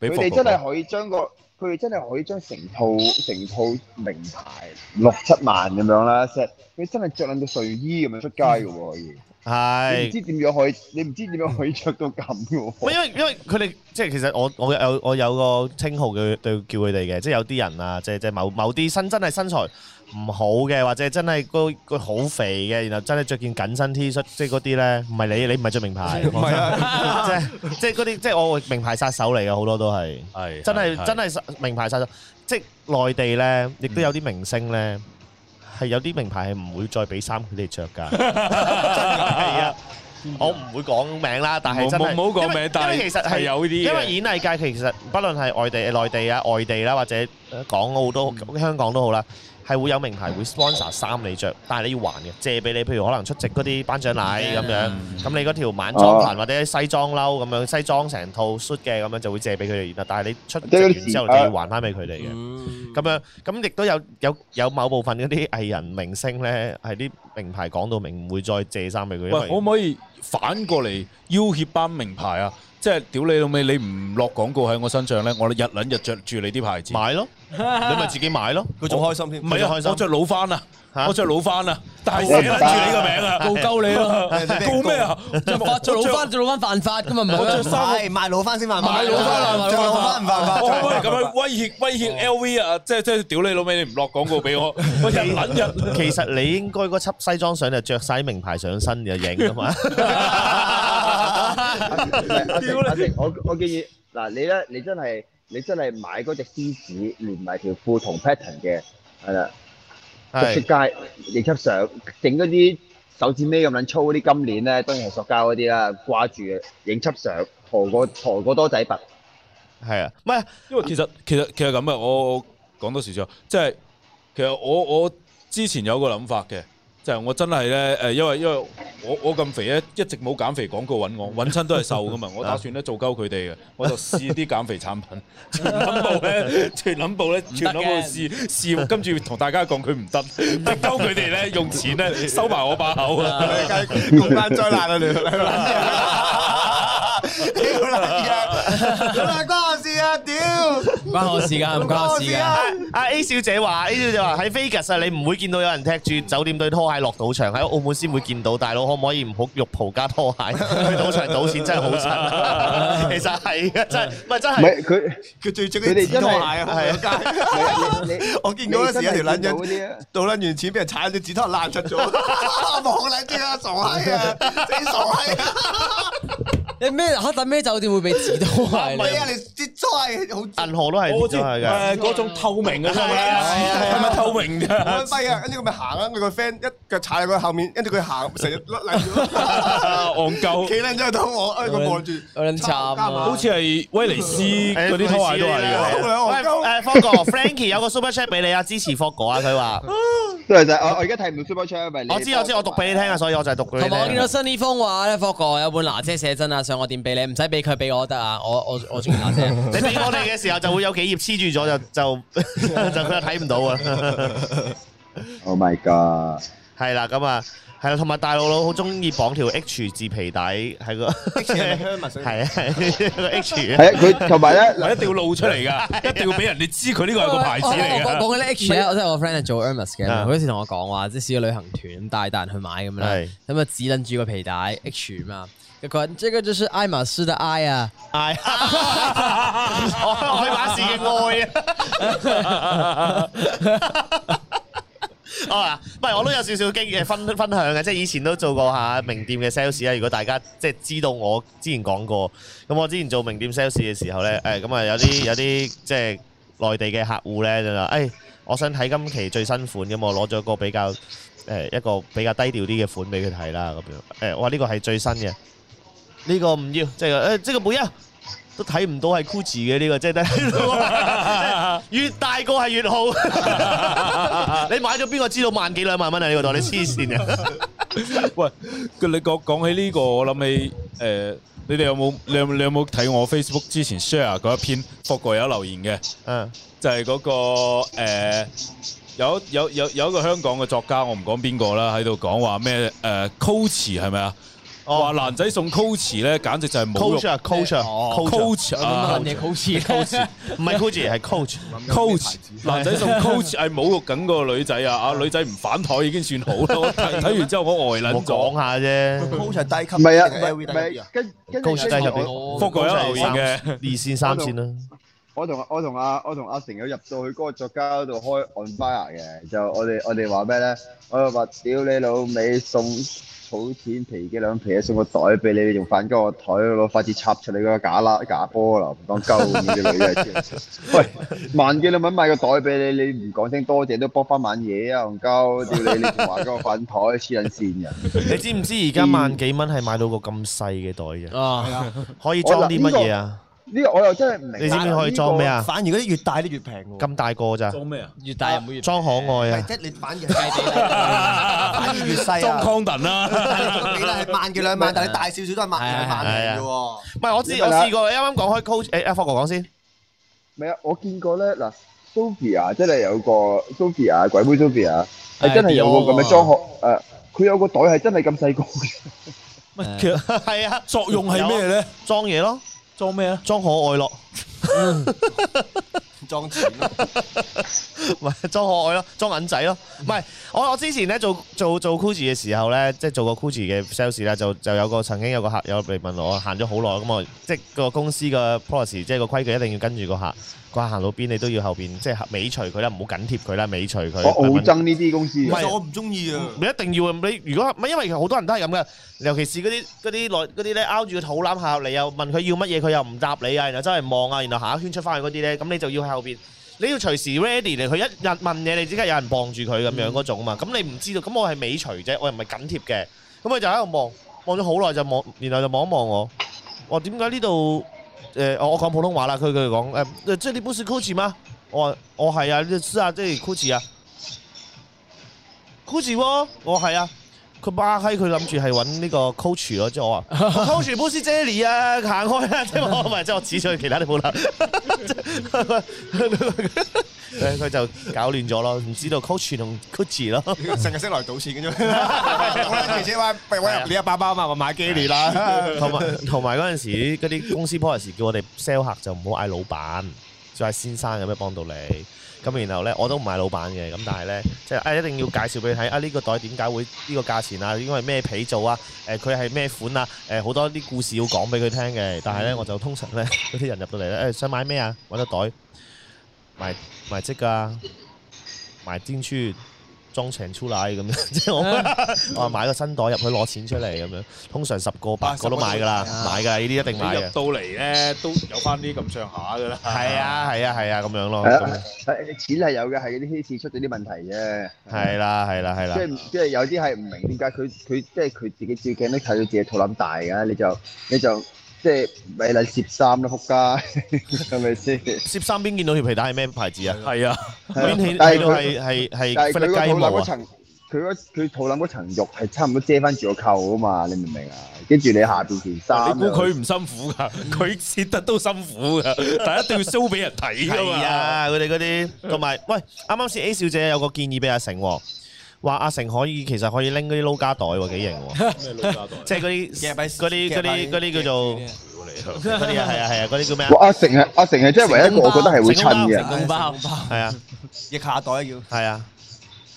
佢俾哋真係可以將個佢哋真係可以將成套成套名牌六七萬咁樣啦 set，佢真係着撚到睡衣咁樣出街嘅喎，可以。你唔係，知點樣可以，你唔知點樣可以着到咁嘅唔係喎。因為因為佢哋即係其實我我有我有個稱號嘅對叫佢哋嘅，即係有啲人啊，即係即係某某啲身真係身材唔好嘅，或者真係個個好肥嘅，然後真係着件緊身 T 恤，即係嗰啲咧，唔係你你唔係着名牌，唔係啊， 即係即係嗰啲即係我名牌殺手嚟嘅，好多都係。係嗯真係真係名牌晒咗，即係內地咧，亦都有啲明星咧， 係有啲名牌係唔會再俾衫佢哋着㗎，係啊。我唔會講名啦，但係真係冇冇冇講名因為但係因為其實係有啲嘢因為演藝界其實不論係外地、內地啊、外地啦，或者港澳都好香港都好啦，係會有名牌會 sponsor 衫你着，但係你要還嘅，借俾你，譬如可能出席嗰啲頒獎禮咁樣，咁你嗰條晚裝裙或者西裝褸咁樣，西裝成套 suit 嘅咁樣就會借俾佢哋，然後但係你出席完之後你要還翻俾佢哋嘅。咁樣咁亦都有有有某部分嗰啲藝人明星咧，係啲名牌講到明唔會再借衫俾佢，因喂，可為唔可以反過嚟要挟班名牌啊？即係屌你老味，你唔落廣告喺我身上咧，我日撚日着住你啲牌子。 買咯，你咪自己買咯。佢仲開心添唔。係佢就開啊，心我着老番啊，嚇我着老番啊，但係寫撚住你個 名啊，告鳩你咯，告咩啊？就發做老翻做老翻犯法噶嘛，唔我着係咩？衫係賣老翻先犯法，買老翻啊，着老翻唔犯法。 我可唔可以 咁樣威脅威脅 LV 啊？即係即係屌你老味，你唔落廣告 俾我，我日撚 日。其實你應該嗰輯西裝相就着晒名牌上身就影啊 嘛。 阿成阿成，我我建議嗱，你咧你真係你真係買嗰只獅子，連埋條褲同 pattern 嘅，係啦，着出係街影輯相，整嗰啲手指尾咁撚粗嗰啲金鏈咧，當然係塑膠嗰啲啦，掛住嘅影輯相，陀個陀個多仔拔。係啊，唔係因為其實其實其實咁啊，我我講多少少，即係其實我我之前有個諗法嘅，就係、我真係咧誒，因為因為我我咁肥咧，一直冇減肥廣告揾 我，揾親都係瘦噶嘛，我打算咧做鳩佢哋嘅，我就試啲減肥產 品，全諗部咧，全諗部咧，全諗部試試，跟住同大家講佢唔得，逼鳩佢哋咧用錢 咧收埋我把口 啊！共關災難啊！你兩撚嘢，屌撚嘢，屌撚關我事啊！屌，唔關我事㗎，唔關我事啊㗎。！阿 A 小姐話，A 小姐話喺 Vegas 啊，你唔會見到有人踢住酒店對拖鞋落賭場，喺澳門先會見到。大佬可唔可以唔好浴袍加拖鞋 去賭場賭錢？真係好 柒，其實係嘅，真係唔係真唔係。 係佢，佢最中佢意哋剪真拖鞋係啊！係街，係你你 我見到嗰時有條撚你真係見到嗰啲啊人到撚完錢，俾人踩咗隻指拖 爛出咗，望撚啲啊！傻閪啊！死傻閪啊！你咩黑但咩酒店會俾指導係係啊！你啲拖係好銀河都係我知真係嘅。誒嗰種透明啊嘅係咪？係咪透明嘅？安跛啊！跟住佢咪行啊！佢個 friend 一腳踩喺佢後面，跟住佢行成日甩爛咗， 戇鳩。 企撚咗喺度望，哎佢望住，好撚慘啊加碼好似係威尼斯嗰啲拖鞋都係啊嘅。喂誒，方哥，Frankie 有個 super chat 俾你啊，支持霍哥啊，佢 話都係就係我我而家睇唔到 super chat 咪你我知我知，我讀俾你聽啊，所以我就係讀佢。同埋我見到新呢封話咧，霍哥有本娜姐寫真啊，上我店俾你，唔使俾佢，俾我得啊，我我我中意娜姐。你俾我哋嘅時候就會有幾頁黐住咗，就就 就佢就睇唔到啊。 Oh my god！係啦，咁啊，係啦，同埋大佬佬好中意綁條 H 字皮帶喺個 H 係啊，係個 H 啊。係啊，佢同埋咧， 哎一定要露出嚟噶， 一定要俾人哋知佢呢個係個啊牌子嚟我噶。講緊 H 咧，我真係我 friend 係做 Hermes 嘅，啊佢嗰時同我講話，即係試咗旅行團咁帶大人去買咁樣啦係，咁啊指撚住個皮帶 H 嘛，佢話這個就是愛馬仕的愛啊，係，我我去馬仕啊 嘅愛啊！哦啊，唔係，我都有少少經驗分分享嘅，即係以前都做過下名店嘅 sales 啦。如果大家即係知道我之前講過，咁我之前做名店 sales 嘅時候咧，誒咁啊有啲有啲即係內地嘅客戶咧就話，誒、哎我想睇今期最新款，咁我攞咗個比較誒、一個比較低調啲嘅款俾佢睇啦，咁樣誒、我話呢個係最新嘅，呢、個唔要，即係誒，呃即係個每一。都睇唔到係 Gucci 嘅呢個，即係睇到越大個係 越好。你買咗邊個知道萬幾兩萬蚊啊？呢個袋你黐線啊！喂，你講講起呢個，我諗起誒，你哋有冇你有你有冇睇我 Facebook 之前 share 嗰一篇霍哥有留言嘅，嗯，就係嗰個誒有有有有一個香港嘅作家，我唔講邊個啦，喺度講話咩誒 Coach 係咪啊？話男仔送 Coach 咧，簡直就係侮 coach 辱啊，coach 啊，coach 啊哦 Coach 乜啊撚嘢好似 coach 唔係 coach 係 coach。 coach 男仔送 coach 係侮辱緊個女 仔啊！啊女仔唔反台已經算好 啦。我睇睇完之後我呆我講撚咗。下啫。 Coach 係低唔級，係啊，定唔係 LV 低級啲係啊跟跟住高士低入邊我福哥有留言三嘅，二線三線啦。我同我同阿我同阿成友入到去嗰個作家嗰度開 on fire 嘅，就我哋我哋話咩咧？我哋話屌你老味送儲錢皮幾兩皮，啊送個袋俾你，你仲反鳩個台攞筷子插出你嗰個假啦假波啦，唔當鳩咁嘅女嘅黐線。 喂，萬幾兩蚊買個袋俾你，你唔講聲多謝都幫翻晚嘢啊，戇鳩！屌你，你仲話嗰個反台黐撚線嘅。你知唔知而家萬幾蚊係買到個咁細嘅袋嘅？啊，可以裝啲乜嘢啊？呢個我又真係唔明白。你知唔知可以裝咩啊？反而嗰啲越大啲越平喎。咁大個咋？裝咩啊？越大又唔會越 裝可愛係啊！即係你反而係細啲，反而越細裝啊。 condom 啦，你啦係萬幾兩萬，但係你大少少都係萬兩萬零嘅喎。唔係我知，我試過。啱啱講開 coach，誒阿霍哥講先。唔係啊，我見過咧嗱，Sophia 真係有個 Sophia 鬼妹 Sophia 係真係有個咁嘅裝殼誒，佢有個袋係真係咁細個嘅，其實 係啊，作用係咩咧？裝嘢咯，裝咩啊？裝可愛咯， 裝錢咯，唔係裝可愛咯，裝銀仔咯。嗯唔係我我之前咧做做做 c o o c i 嘅時候咧，即係做過 c o o c i 嘅 sales 啦，就就有個曾經有個客有嚟問我行咗好耐，咁我即係個公司嘅 policy，即係個規矩一定要跟住個客。個客行到邊你都要後邊即係尾隨佢啦，唔好緊貼佢啦，尾隨佢。我好憎呢啲公司唔嘅係。其實我唔中 意啊。你一定要啊！你如果唔係因為好多人都係咁嘅，尤其是嗰啲嗰啲內嗰啲咧，拗住個肚腩下入嚟，又問佢要乜嘢，佢又唔答你啊，然後周圍望啊，然後下一圈出翻去嗰啲咧，咁你就要喺後邊，你要隨時 ready 嚟，佢一日問嘢，你即刻有人傍住佢咁樣嗰種啊嘛，咁你唔知道，咁我係尾隨啫，我又唔係緊貼嘅，咁佢就喺度望，望咗好耐就望，然後就望一望我，我點解呢度誒我我講普通話啦，佢佢講誒，呃即係呢本是 Gucci 嗎？我話我係啊，呢是啊，即係 Gucci 啊。Coach 喎，我係啊。佢巴閪，佢諗住係揾呢個 coach 咯，即係我話哦 coach 波斯 Jelly 啊，行開啦，即係我唔係，即係我指咗去其他地鋪啦。佢佢就搞亂咗咯，唔知道 coach 同 coach 咯。成日識來賭錢嘅啫，我咧姐姐話：喂，我入你阿爸爸嘛，我買機年 啦。同埋同埋嗰陣時，嗰啲公司 policy 叫我哋 sell 客就唔好嗌老闆，就嗌先生有咩幫到你。咁然後咧，我都唔係老闆嘅，咁但係咧，即係啊一定要介紹俾你睇啊！呢、個袋點解會呢個價錢啊？應該係咩皮做啊？誒佢係咩款啊？誒、好多啲故事要講俾佢聽嘅。但係咧，我就通常咧 嗰啲人入到嚟咧，誒、想買咩啊？揾個袋買買即㗎，買煎出裝成出奶咁樣， 即係我我話買個新袋入去攞錢出嚟咁樣。通常十個八個都買㗎啦，買㗎啦，呢啲一定你買入嘅。到嚟咧都有翻啲咁上下噶啦。係啊係啊係啊咁樣咯，係啊咁樣係錢係有嘅，係嗰啲稀市出咗啲問題啫。係啦係啦係啦即。係即係有啲係唔明點解佢佢即係佢自己照鏡都睇到自己肚腩大㗎，你就你就即係咪撚攝衫啦，仆 街係咪先？攝衫邊見到條皮帶係咩牌子啊？係啊，邊見但係見到佢係係但係係菲佢力雞個肚腩毛嗰啊？層，佢嗰佢肚腩嗰層肉係差唔多遮翻住個扣啊嘛，你明唔明啊？跟住你下邊件衫你又，估佢唔辛苦㗎？佢切得都辛苦㗎，但係一定要 show 俾人睇㗎係嘛。啊，佢哋嗰啲同埋，喂，啱啱先 A 小姐有個建議俾阿成喎，話阿成可以其實可以拎嗰啲撈家袋喎，幾 型喎，咩老家袋？即係嗰啲夾喺嗰啲嗰啲嗰啲叫做嗰啲啊，係啊係啊，嗰啲叫咩啊？哇！阿成係阿成係真係唯一一個我覺得係會襯成嘅，功包，係啊腋下袋要。係啊，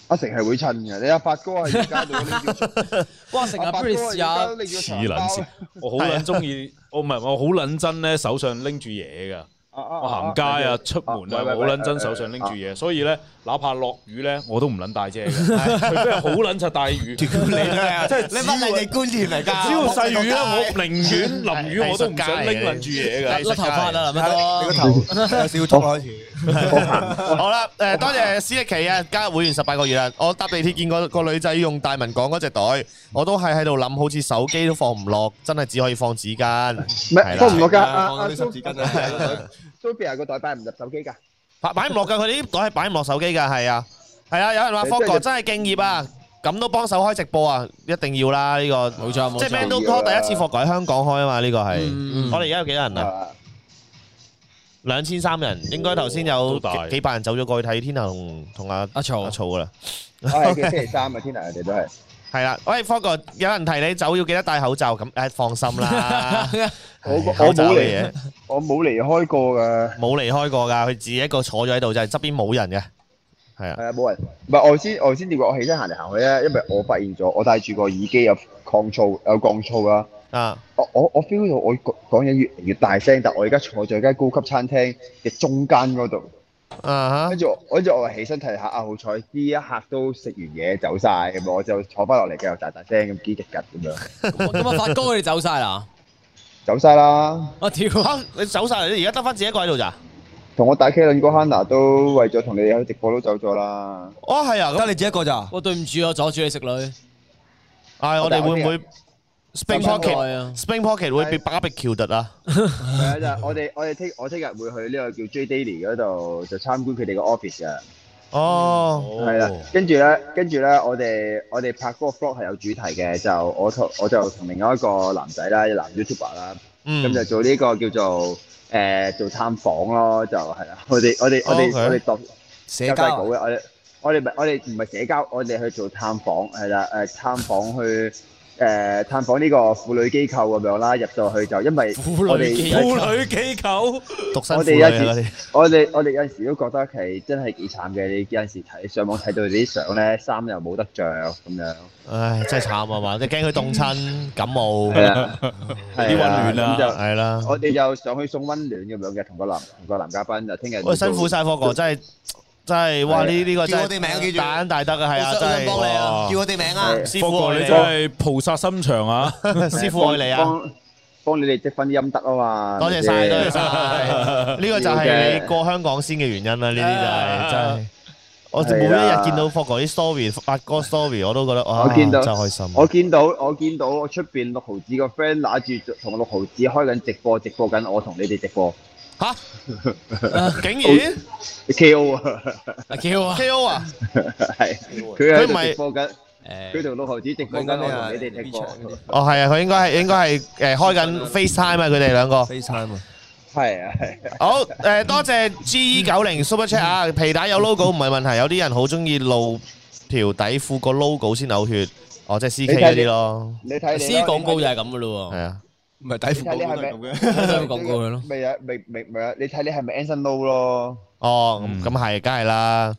阿成係會襯嘅。你阿發哥係而家到拎住，哇！成日阿發不哥如而試家下拎住似個茶撚包線，我好撚中意，我唔係我好撚真咧，手上拎住嘢㗎。我哦行街啊，出門啊，我好撚真手上拎住嘢，所以咧，哪怕落雨咧，我都唔撚帶遮嘅， 除非係好撚柒大雨。即係你乜你哋觀念嚟㗎？只要細雨咧，我寧願淋雨我都唔想拎撚住嘢㗎。甩頭髮啊啦，林你個乜頭有少痛開始。好啦，誒多謝史力奇啊，加入會員十八個月啦。我搭地鐵見過個女仔用大文講嗰隻袋，我都係喺度諗，好似手機都放唔落，真係只可以放紙巾。唔係放唔落㗎。阿放阿多啲十字巾啊！ Sophia 個袋擺唔入手機㗎。擺擺唔落㗎，佢哋啲袋係擺唔落手機㗎，係啊，係啊，有人話即係 f o g 入真係敬業啊，咁都幫手開直播啊，一定要啦呢個，冇錯冇即係錯 Man Do Talk 要啊第一次 f o g 喺香港開啊嘛，呢個係，嗯我哋而家有幾多人啊？啊兩千三人，應該頭先有都大幾幾百人走咗過去睇天后同同阿阿曹阿曹㗎啦，我係佢星期三啊，天啊，我哋都係。係啦，喂 f o g 有人提你走要記得戴口罩，咁誒放心 啦，我我口罩冇嘅離嘢我冇離開過㗎。冇離開過㗎，佢自己一個坐咗喺度，就係側邊冇人嘅，係啊係。啊，冇人。唔係我先，我先點講？我起身行嚟行去咧，因為我發現咗，我戴住個耳機有抗噪，有降噪啦。啊，我我我 feel 到我講講嘢越嚟越大聲，但我而家坐咗喺間高級餐廳嘅中間嗰度，啊跟住我跟住我起身睇下啊，好彩呢一刻都食完嘢走晒，咁我就坐翻落嚟繼續大大聲咁激極吉咁樣咁啊，發哥佢哋走晒啦！走晒啦。我屌，吓，嚇你走晒嚟，你而家得翻自己一個喺度咋？同我打 K 輪嗰 Hanna 都為咗同你哋喺直播都走咗啦。哦，係啊，咁得你自己一個咋？我哦對唔住，啊我阻住你食女。唉，我哋會唔會 Spring 好 Pocket 啊！ Spring Pocket 會被 barbecue 啊？係啊，就係我哋我哋聽我聽日會去呢個叫 J Daily 嗰度就參觀佢哋嘅 office 啊。哦，係啦，跟住咧，跟住咧，我哋我哋拍嗰個 vlog 係有主題嘅，就我同我就同另外一個男仔啦，男 YouTuber 啦，咁、嗯就，做呢個叫做誒、呃做探訪咯，就係啦。 我哋我哋我哋 OK 我哋度社交交稿嘅，我哋我哋唔係我哋唔係社交，我哋去做探訪係啦，誒、呃探訪去誒、呃探訪呢個婦女機構咁樣啦，入到去就因為我哋婦女機構，獨身我婦哋女有啊時嗰啲，我哋我哋有陣時都覺得係真係幾慘嘅，你有陣時睇上網睇到啲相咧，衫又冇得着咁樣，唉，真係慘啊嘛！你驚佢凍親感冒，係啊，啲係溫暖啊咁就係啦。我哋又上去送溫暖咁樣嘅，同個男同個男嘉賓就聽日喂，辛苦晒科哥，真係真係哇！呢呢個真叫我哋名記係住大恩大德啊，係啊，我想真我想幫你係啊。 叫我哋名啊！師不傅過愛你你真啊，係菩薩心腸啊！師傅愛你啊！幫幫你哋積翻啲陰德啊嘛，多謝晒，多謝晒。呢個就係要你嘅過香港先嘅原因啦。呢啲就係啊真係，我係每一啦日見到科哥啲 story，發哥 story，我都覺得哇，我見到真係開心。我見到我見到我出邊六毫子個 friend 拿住同六毫子開緊直播，直播緊我同你哋直播吓，竟然 K.O. 啊，阿 Q 啊， KO 啊！係佢佢喺唔度係直播緊，佢誒，同六毫子直播緊我同你哋直播，哦，係啊，佢應該係應該係誒開緊 FaceTime 啊，佢哋兩個。 FaceTime 啊！係啊係啊。好誒，多謝 G 九零 Super Chat 啊，皮帶有 logo 唔係問題，有啲人好中意露條底褲個 logo 先嘔血，哦，即係 CK 嗰啲咯，你睇你私啦廣告 就你睇係咁噶咯係啊，唔係底你褲睇你係咪咁咪喎，都係廣告嘅咯。咪啊咪咪咪啊！你睇你係咪 Anson Low 咯？哦，嗯咁咁係，梗係啦，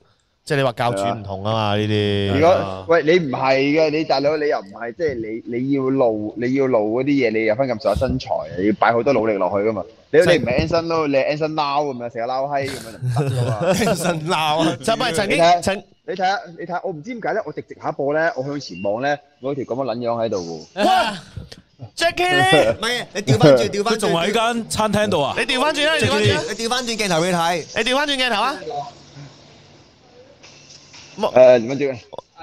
即係你話教主唔同啊嘛呢啲，如果喂你唔係嘅，你大佬你又唔係，即係你你要露你要露嗰啲嘢，你有翻咁上下身材，你要擺好多努力落去噶嘛。你你唔係 Anson Low，你係 Anson Lau 咁樣，成個撈閪咁樣就唔得噶 嘛。精神鬧啊！就唔係曾經你睇曾你睇下你睇下，我唔知點解咧，我直直下播咧，我向前望咧，我有條咁嘅撚樣喺度 Dạ. 喎。 Jackie 咧，唔係，你調翻轉，調翻佢轉，仲喺間餐廳度啊你！調翻轉啦，你調翻轉啦，你調翻轉鏡頭俾你睇。你調翻轉鏡頭啊誒點樣點？係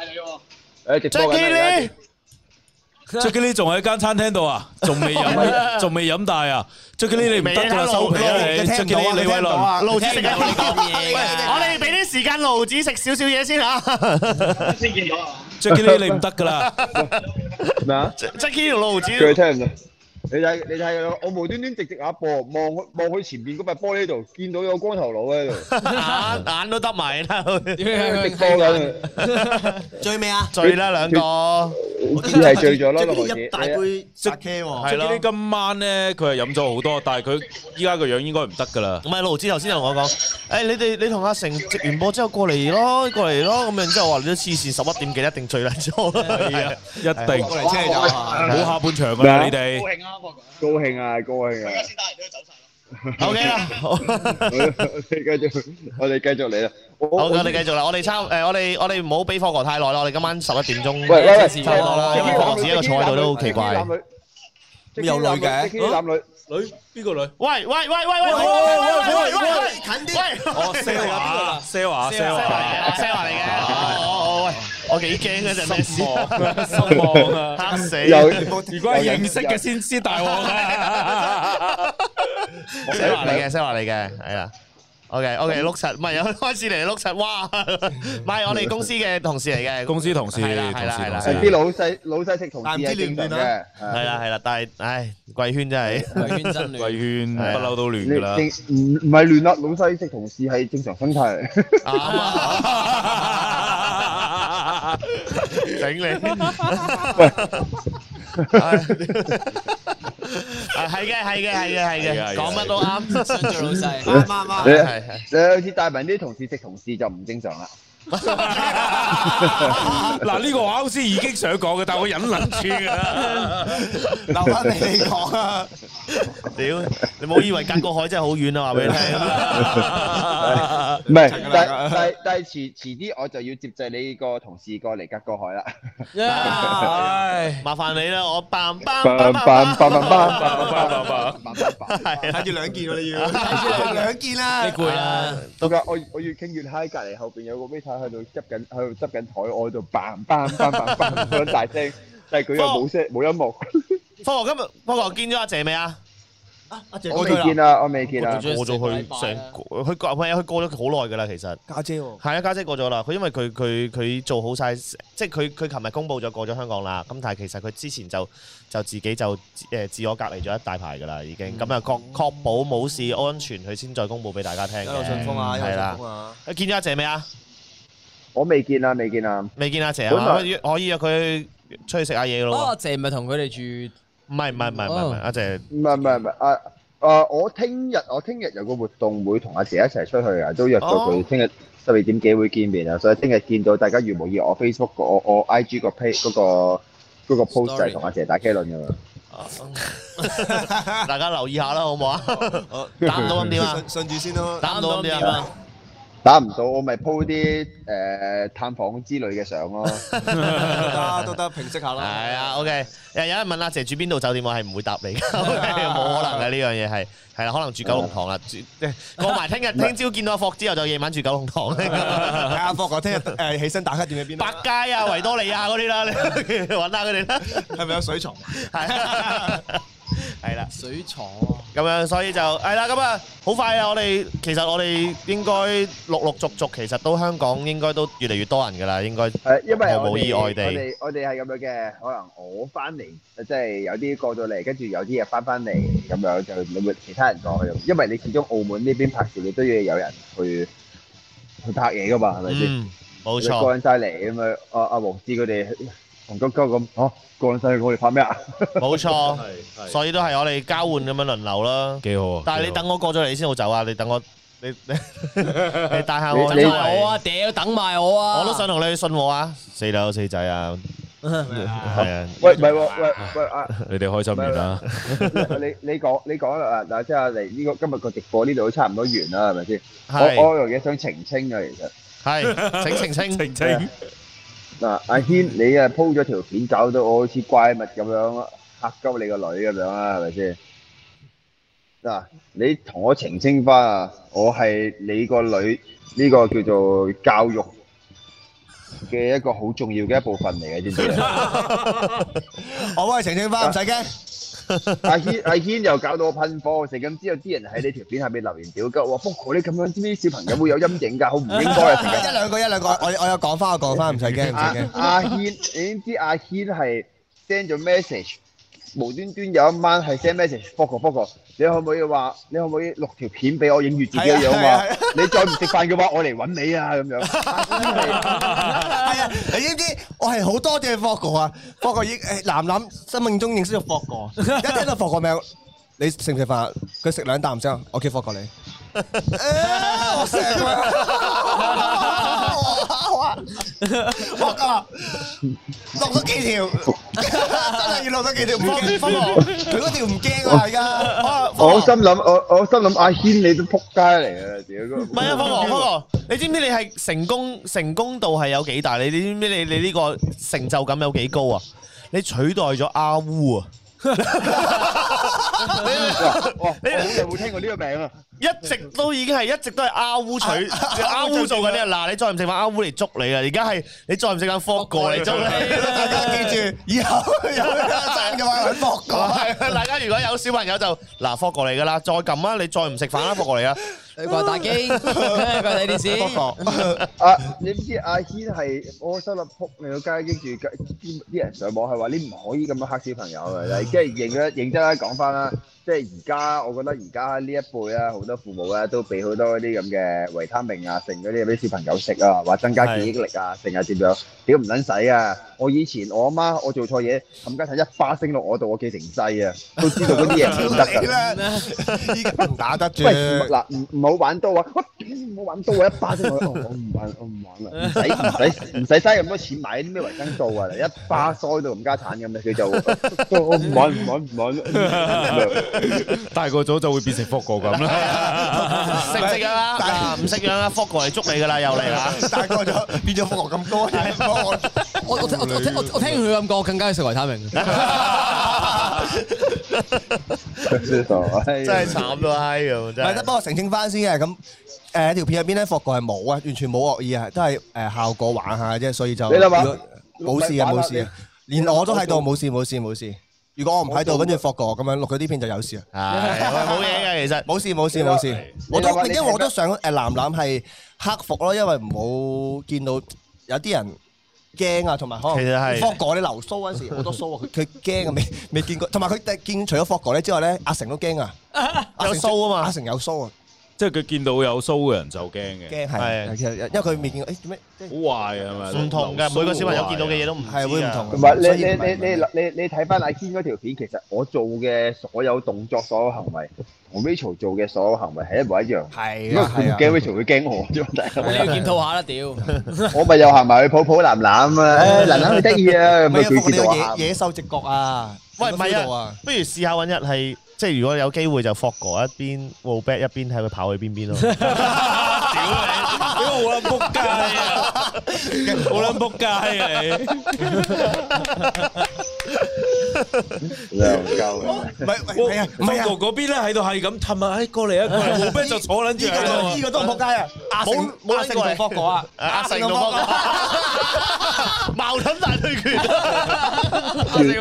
你喎。誒直，Jackie 播緊啊而家咧， 朱基呢仲喺間餐廳度啊，仲未飲，仲未飲大啊！朱基呢你唔得㗎，收皮啦你！啊朱基呢你位論，路子食緊你講嘢喂，我哋俾啲時間路子食少少嘢先嚇朱基呢你唔得㗎啦！咩啊？ ，Jackie 同路子。佢聽唔到。你睇你睇，我無端端直直下播，望佢望佢前面嗰塊玻璃度，見到有光頭佬喺度，眼眼都得埋啦，直播緊，最尾啊！醉啦兩個，似係醉咗咯，六毫一大子。杯沙 K 喎，朱係基咯呢。今晚咧佢係飲咗好多，但係佢依家個樣應該唔得㗎啦。唔係盧子頭先同我講，誒你哋你同阿成直完播之後過嚟咯，過嚟咯，咁樣之後我話你都黐線，十一點幾一定醉撚咗啦，一定過嚟車就啊！冇下半場㗎啦，你哋高興啊，高興啊！ OK 啦，好我哋繼續，我哋繼續嚟啦。好我哋繼續啦，我哋差誒我哋我哋唔好俾霍哥太耐啦，我哋今晚十一點鐘喂喂喂差唔多啦，因為霍哥自己一個坐喺度都好奇怪。啲男女，女邊個女？喂喂喂喂喂喂喂喂喂喂！近啲，哦，Sarah，Sarah，Sarah，Sarah，聲話嚟嘅，我我我幾驚嗰陣咩事，失望啊！嚇死！有如果係 Dạ, 認識嘅先知大鑊 啊！寫話你嘅，寫話你嘅，係啦。OK OK，碌柒，唔係有 開始嚟碌柒，哇！ 唔係我哋公司嘅同事嚟嘅，公司同事，係啦同係啦事係啦同係啲事，老細老細識同事係正常嘅，係啦係啦，但係唉，貴圈真 係圍圈真亂，貴圈不嬲都亂你㗎啦。唔唔係亂啦，老細識同事係正常生態。啱 Dạ. 啊！整你，唉 係嘅係嘅係嘅係係嘅係嘅嘅，講乜都啱，想做老細。 啱啱啱。 你有次帶埋啲同事食同事就唔正常啦。嗱，呢個我啱先已經想講嘅，但我忍撚住㗎啦。留翻俾你講啊！屌，你冇以為隔個海真係好遠啊！話俾你聽，唔 係，但但但係遲遲啲我就要接濟你個同事過嚟隔個海啦。啊唉，麻煩你啦，我棒棒棒棒棒棒棒棒棒棒，棒 睇住兩件喎，你要睇住兩件啦。你攰啦，啊 到㗎，我我越傾越 high，隔離後邊有個 waiter 喺度執緊，喺度執緊台，我喺度 bang bang bang bang bang 咁大聲，但係佢又冇聲冇音樂，科學今日科學見咗阿謝未啊？啊，阿姐我過未咗見啦，啊，我未見啊，過咗佢成佢過唔係佢過咗好耐㗎啦，其實。家姐喎，係啊，家姐過咗啦。佢因為佢佢佢做好晒，即係佢佢琴日公佈咗過咗香港啦。咁但係其實佢之前就就自己就誒、呃自我隔離咗一大排㗎啦，已嗯經。咁啊確確保冇事安全，佢先再公佈俾大家聽一路順嘅。風啊，嗯一路係啦順風啊，誒見咗阿姐未啊？我未見啊，未見啊，未見阿姐本來啊？可以可以約佢出去食下嘢哦，咯阿謝咪同佢哋住，喎。唔係唔係唔係唔係唔係，阿姐唔係唔係唔係啊。誒，我聽日我聽日有個活動會同阿姐一齊出去啊，都約咗佢，聽日十二點幾會見面啊，所以聽日見到大家如無意外，我 Facebook 個我我 IG 個 page 嗰個嗰個 post 就係同阿姐打機輪㗎嘛。大家留意下啦，好唔好 啊？好打唔到咁點啊順？順住先咯。打唔到咁點啊？打唔到，我咪 po 啲誒探訪之類嘅相咯。啊 得都得，平息下啦。啊係啊，OK。有人問阿姐住邊度酒店，我係唔會答你嘅 ，OK，冇可能嘅呢樣嘢係係啦，可能住九龍塘啦，住 過埋聽日聽朝見到阿霍之後，就夜晚住九龍塘 睇下霍哥聽日誒起身打卡點喺邊百啦，佳啊、維多利亞嗰啲啦，你揾下佢哋啦，係咪有水床？係 啊係啦，水床啊咁樣所以就係啦，咁啊好快啊！我哋其實我哋應該陸陸續續，其實都香港應該都越嚟越多人㗎啦，應該誒，因為毫無我意哋外我地哋我哋係咁樣嘅，可能我翻嚟即係有啲過咗嚟，跟住有啲嘢翻翻嚟咁樣，就你會其他人過去。因為你始終澳門呢邊拍攝，你都要有人去去拍嘢噶嘛，係咪先？嗯冇你錯。過緊晒嚟咁啊！阿阿黃志佢哋同鳩鳩咁，嚇過緊晒去，我哋 拍咩啊？冇 錯，係所以都係我哋交換咁樣輪流啦。幾好啊！但係你等我過咗嚟你先好走啊！你等我，你 你你帶下我你因等埋為我啊，屌等埋我啊！我都想同你去信和啊！四樓四仔啊，係啊，喂，唔係喎，喂喂啊！你哋開心完啦，你你講你講啦，嗱，即係嚟呢個今日個直播呢度都差唔多完啦，係咪先？我係我有樣嘢想澄清啊，其實係，請澄清，晴晴嗱，阿軒你啊 po 咗條片，搞到我好似怪物咁樣嚇鳩你個女咁樣啦，係咪先？嗱，你同我澄清翻啊，我係你個女呢個叫做教育嘅一個好重要嘅一部分嚟嘅，知唔知我幫你啊啊？澄清翻，唔使驚。阿軒阿軒又搞到我噴火，成咁之後啲人喺你條片下面留言屌鳩，話福哥你咁樣知唔知小朋友會有陰影㗎？好唔應該啊！成日一兩個一兩個，我我有講翻，我講翻，唔使驚，唔阿使驚。阿軒，你知唔知阿軒係 send 咗 message，無端端有一晚係 send message，福哥福哥，你可唔可以話，你可唔可以錄條片俾我影住自己嘅樣係啊話 係啊，你再唔食飯嘅話，我嚟揾你啊咁樣。係啊，你知唔知？我係好多謝霍哥啊！霍哥已誒楠楠生命中認識咗霍哥，一聽到霍哥名，你食唔食飯啊？佢食兩啖先啊，我叫霍哥你。誒我食啊！好啊！霍哥落咗幾條，真係要落咗幾條。唔驚霍哥，佢嗰條唔驚啊！而家我心諗，我我心諗阿軒你都撲街嚟啊！屌，唔係啊，方羅，方羅，你知唔知你係成功成功度係有幾大？你知唔知你你呢個成就感有幾高啊？你取代咗阿烏啊！哇！我好耐冇聽過呢個名啊！一直都已經係一直都係阿烏取，阿烏做緊呢。嗱，你再唔食飯，阿烏嚟捉你啦！而家係你再唔食飯，霍哥嚟捉你。大家記住，以後有爭嘅話揾霍哥。係 大家如果有小朋友就嗱，霍過嚟噶啦，再撳啊！你再唔食飯啦，霍 過嚟啊！你掛 打機，掛睇電視，霍哥。啊！你知阿軒係我收落撲你個街，跟住啲啲人上網係話你唔可以咁樣黑小朋友嘅，即係認咗認真啦講翻啦，即係而家我覺得而家呢一輩啊，好多父母啊都俾好多啲咁嘅維他命啊，剩嗰啲俾小朋友食啊，話增加記憶力啊，成啊點樣？屌唔撚使啊！我以前我阿媽我做錯嘢，冚家鏟一巴升落我度，我記成劑啊，都知道嗰啲嘢唔得㗎。啦，依家唔打得住喂，唔嗱唔唔好玩多啊！我屌唔 好揾刀啊！一巴 先我，哦我唔玩，我唔玩啦，唔使唔使唔使嘥咁多錢買啲咩維生素啊！一巴腮到咁家產咁嘅，佢就我唔玩唔玩唔玩大個咗就會變成霍哥咁 Dạ. 啦。食唔食藥啊？但係嗱，唔食藥啊，福過嚟捉你噶啦，又 嚟啦！大個 咗變咗霍哥咁高，我我我我我我我聽佢咁講，我更加要食維他命。真真係慘到閪咁，唔真係得，係幫。我澄清翻先嘅咁。誒條片入邊咧，霍哥係冇啊，完全冇惡意啊，都係誒效果玩下啫，所以就你諗下如果冇事啊，玩啦冇事啊，你連我都喺度，冇事冇事冇事。如果我唔喺度，跟住霍哥咁樣錄咗啲片就有事啊。係冇嘢嘅，其實冇事冇事你冇話事，你我都話你因為我踢得都想誒男男係克服咯，因為唔好見到有啲人驚啊，同埋可能其實係霍哥你留鬚嗰陣時好多鬚啊，佢佢驚啊，未未見過，同埋佢第見除咗霍哥咧之外咧，阿成都驚啊，阿有成鬚啊嘛阿成有鬚啊，即係佢見到有須嘅人就驚嘅，驚係係，其實因為佢未見過，誒做咩？即係好壞啊係咪？唔同嘅，每個小朋友見到嘅嘢都唔知係會唔㗎同同埋你所以你唔係你你你你睇翻阿堅嗰條片，其實我做嘅所有動作、所有行為，同 Rachel 做嘅所有行為係一模一樣。係咁啊係佢唔啊，驚 Rachel 會驚我啫嘛，大你 家要檢討下啦，屌！我咪又行埋去抱抱楠楠啊！ 誒，楠楠你得意啊，咁唔係咪啊霍佢哥你知道有我野喊。野獸直覺啊，喂有唔冇 feel 係到啊啊，，不如試下揾日係，即係如果有機會就霍哥一邊 w o b a c 一邊睇佢跑去邊 邊咯。屌好撚仆街啊！好撚仆街啊你！唔係唔係啊兩鳩啊！唔係啊霍。哥嗰邊咧喺度係咁氹啊，哎過嚟啊過嚟，冇咩就坐撚住呢個都呢喺度。個都唔仆街啊！阿成冇冇冇阿成拎過嚟同霍哥啊，阿成同霍哥矛盾大對 決。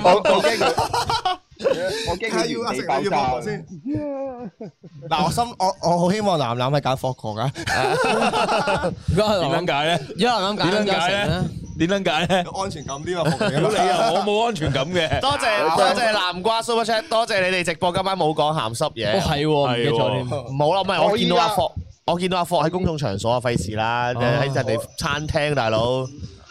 我我驚佢，我驚佢原地爆炸。嗱，我心我我好希望楠楠係揀霍 哥噶，如果係點諗撚解解，咧？如果係諗解，點諗撚解解咧？點撚解咧？安全感啲嘛，霍哥屌你啊！我冇安全感嘅。多謝多謝南瓜 Super Chat，多謝你哋直播今晚冇講鹹濕哦嘢。係喎，唔記得咗添。冇啦，唔係我見到阿霍，我見到阿霍喺公眾場所啊，費事啦，喺人哋餐廳大佬。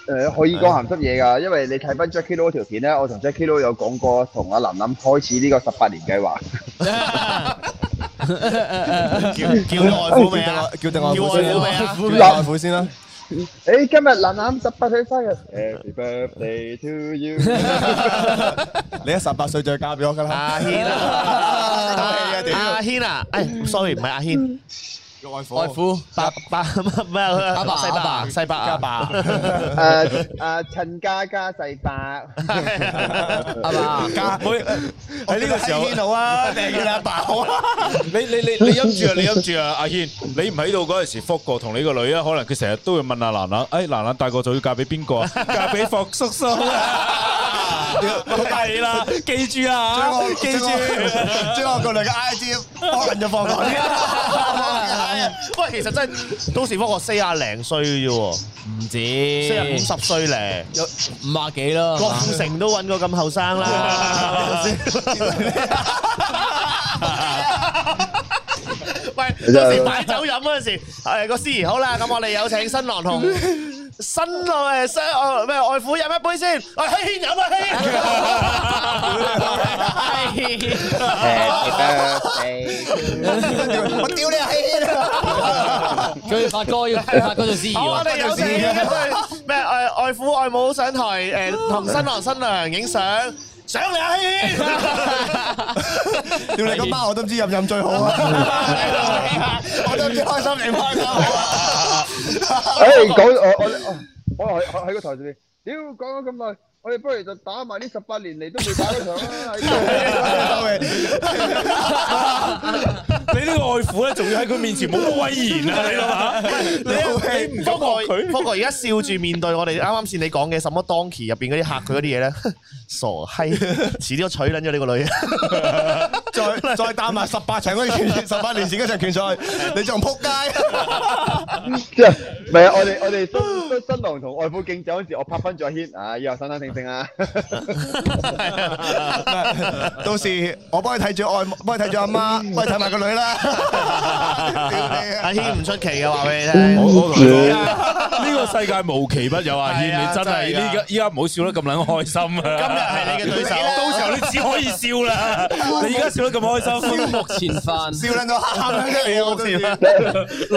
誒可以講鹹濕嘢㗎，因為你睇翻 Jackie Lou 條片咧，我同 Jackie Lou 有講過，同阿林林開始呢個十八年計劃。叫叫外父未啊？叫定外父先叫啦，外父叫定外父先啦。誒，今日林林十八歲生日。Happy birthday to you！你一十八歲就嫁俾我噶啦，阿軒啊，啊屌阿軒啊，誒，sorry，唔係 à. 阿軒，叫外父外父爸爸咩啊？西伯啊，西伯 加啊，爸，誒誒，陳家家世伯，阿爸，加唔好喺呢個時候，軒好啊，你啦爸好啊，你你你你陰住啊！你陰住啊！阿軒，你唔喺度嗰陣時，霍哥同你個女啊，可能佢成日都會問阿蘭蘭，哎，蘭蘭大個咗要嫁俾邊個啊？嫁俾霍叔叔啊！係啦，記住 à? 將啊我！記住將。我將我個女嘅 I G 幫人就霍 哥先啦。喂，其實真係到時幫我四廿零歲嘅啫喎，唔止四廿五十歲咧，五啊幾啦，郭富城都揾過咁後生啦。 喂，到時擺酒飲嗰陣時，誒個司儀好啦，咁我哋有請新郎同新郎誒新哦咩外父飲一杯先，喂軒飲啊軒。 Happy birthday！我屌你啊軒啊！佢要發哥要發哥做司儀好，我喎，哋有請咩誒外父外母上台誒同新郎新娘影相，上嚟啊軒！屌你今晚我都唔知任任最好 啊！我都唔知開心定唔開心好啊！誒講我我我我喺喺個台上面，屌講咗咁耐，我哋不如就打埋呢十八年嚟都未打嗰場啦。你呢個外父咧，仲要喺佢面前冇乜威嚴啊！你諗下，你你唔福敢哥望佢。福哥而家笑住面對我哋啱啱先你講嘅什麼 Donkey 入邊嗰啲嚇佢嗰啲嘢咧，傻閪，遲啲我娶撚咗呢個女。再再打埋十八場 嗰啲拳，十八年前嗰場拳賽，你仲撲街？即係唔係啊？我哋我哋新新新郎同外父敬酒嗰陣時，我拍翻咗阿軒啊，以後生生性 性啊。 到時我幫你睇住外，幫你睇住阿媽，幫你睇埋個女 啦。屌你阿啊！軒唔出奇嘅話俾你聽。我我同你講，呢個世界無奇不有啊！係軒，啊你真係真係㗎呢家依家唔好笑得咁撚開心啊！ 今日係你嘅對手啊到時候你自開始可以笑啦。你而家笑得咁開 心，目前犯。笑撚到喊撚出嚟啊！我都要。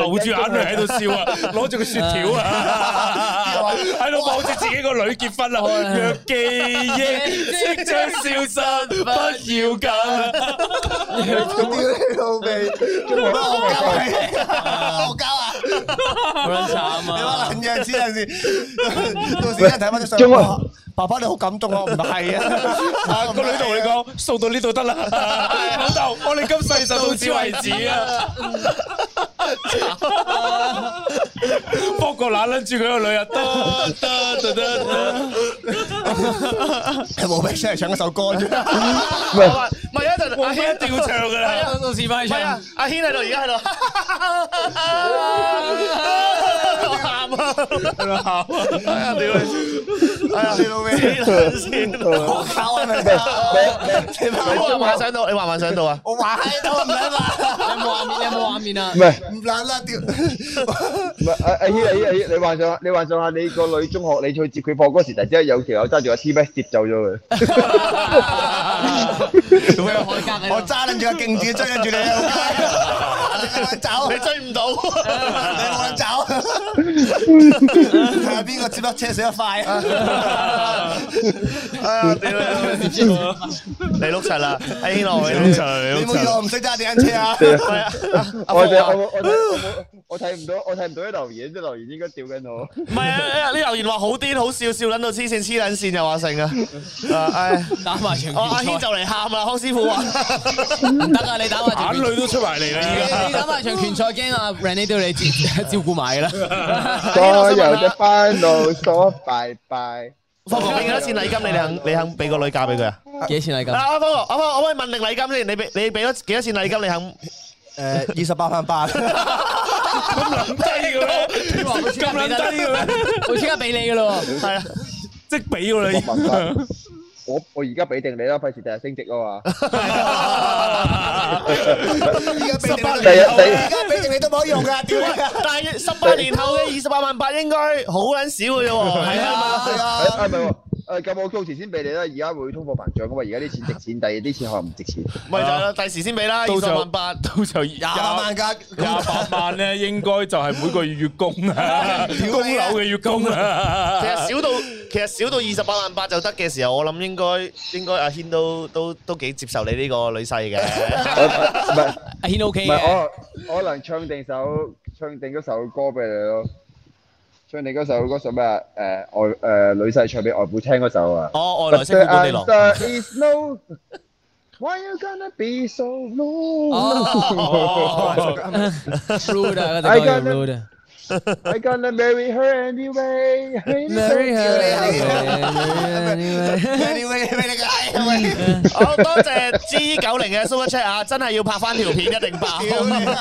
流住眼淚喺度笑啊，攞住個雪條啊， 喺度望住自己個女結婚啊，若記憶即將消失，不要緊。屌你老味，做乜我交啊？我交啊！好撚慘你啊！話撚樣黐 陣先，到時一人睇翻啲相。哇爸爸你好感動啊！唔係啊，個女同你講，掃到呢度得啦，老豆，我哋今世就到此為止啊！博個乸拎住佢個女啊，得得得得得，係冇俾 share 唱一首歌 啫。唔係一陣阿我軒一定要唱噶啦！到時快唔係啊唱，，阿軒喺度，而家喺度，我喊啊，喺度喊啊，哎呀屌你，哎呀你老味先，我交啊！咪你你你幻唔幻想到？你幻唔幻想到啊？我話喺度唔使有話，冇畫面？有冇畫面啊？唔係，唔撚啦屌！唔係，阿阿軒，阿軒，阿軒，你幻想下，你幻想下，你個女中學，你去接佢放嗰時，突然之間有條友揸住個 T Max 接走咗佢。會有海格喺度我揸撚住個鏡子追緊住你啊！你咪 走，你追唔到， 你冇得走。睇下邊個接得車死得快啊！哎呀屌你，你碌柒啦，阿軒落去，碌柒你冇以為我唔識揸電單車啊！係啊，阿我阿哋鳳話我我我我睇唔到，我睇唔到啲留言，啲留言應該吊緊我。唔係啊，啲留言話好癲好笑，笑撚到黐線黐撚線又話成啊，啊唉， 打埋場我阿決軒就賽，嚟喊啦，康師傅話。唔得啊！你打埋場眼決賽淚都出埋嚟你你啦！打埋場拳賽，驚啊 Randy 都要你照照顧埋㗎啦。所有嘅翻路所拜拜。方國俾幾多錢禮金？ 你肯你肯俾個女嫁俾佢啊？幾錢嚟嗱，㗎？阿方國，阿方國，我可以問定禮金先。你俾你俾咗幾多錢禮金？你肯？誒，二十八萬八。咁撚 低嘅咩？咁撚低嘅咩？我即刻俾你㗎咯。 係啊，即俾㗎啦 我已問翻，我我而家俾定你啦，費事第日升值 啊經。而家俾定你都，嘛。第一第一而家俾定你都冇 用噶，屌你啊！但係十八年後嘅二十八萬八應該好撚少嘅啫喎。係啊，係誒啊，誒唔係喎，誒咁我到時先俾你啦。而家會通貨膨脹噶嘛，而家啲錢值錢，第二啲錢可能唔值錢。咪就係啦，第時先俾啦，到二時十候萬八。 到時候廿廿萬噶，廿八萬咧，應該就係每個月月供啊，屌你啊供樓嘅月供其啊。實少到其實少到二十八萬八就得嘅時候，我諗應該應該阿軒都都都幾接受你呢個女婿 嘅。我唔係阿軒 OK 唔嘅，係我我可能唱定首唱定嗰首歌俾你咯，唱定嗰首嗰首咩啊？誒外誒女婿唱俾外父聽嗰首啊。哦，外來媳婦本地 郎。 The answer is no. Why you gonna be so lonely? ，rude 啊，嗰 I 隻歌 got it rude 啊。 I gonna marry her anyway. Marry her. her，你你喂喂你個閪喂！好多謝 G 九零嘅 Super Chat 啊，真係要拍翻條片一定 爆。屌你啊！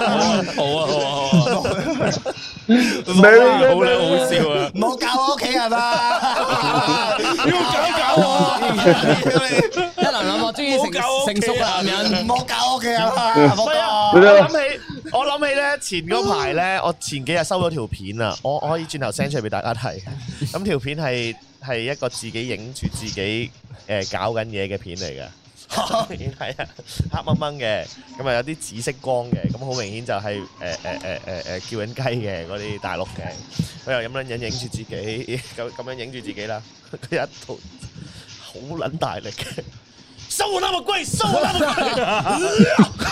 好啊好 啊好啊， Marry 好咧好笑啊！唔好教我屋企人啊！ 要搞搞 我，一男諗我中意成成熟嘅男人唔，好教我屋企人啊！係啊，我我諗起我諗起咧前嗰排咧，我前幾日收咗條片啊，我我可以轉頭 send 出嚟俾大家 睇。咁條片係係一個自己影住自己誒搞緊嘢嘅片嚟 嘅。係啊，黑掹掹嘅，咁啊有啲紫色光嘅，咁好明顯就係誒誒誒誒誒叫緊雞嘅嗰啲大陸嘅，佢又咁樣影影住自己， 咁咁樣影住自己啦， 佢有一套好撚大力嘅， 收我那麼貴，收我那麼貴。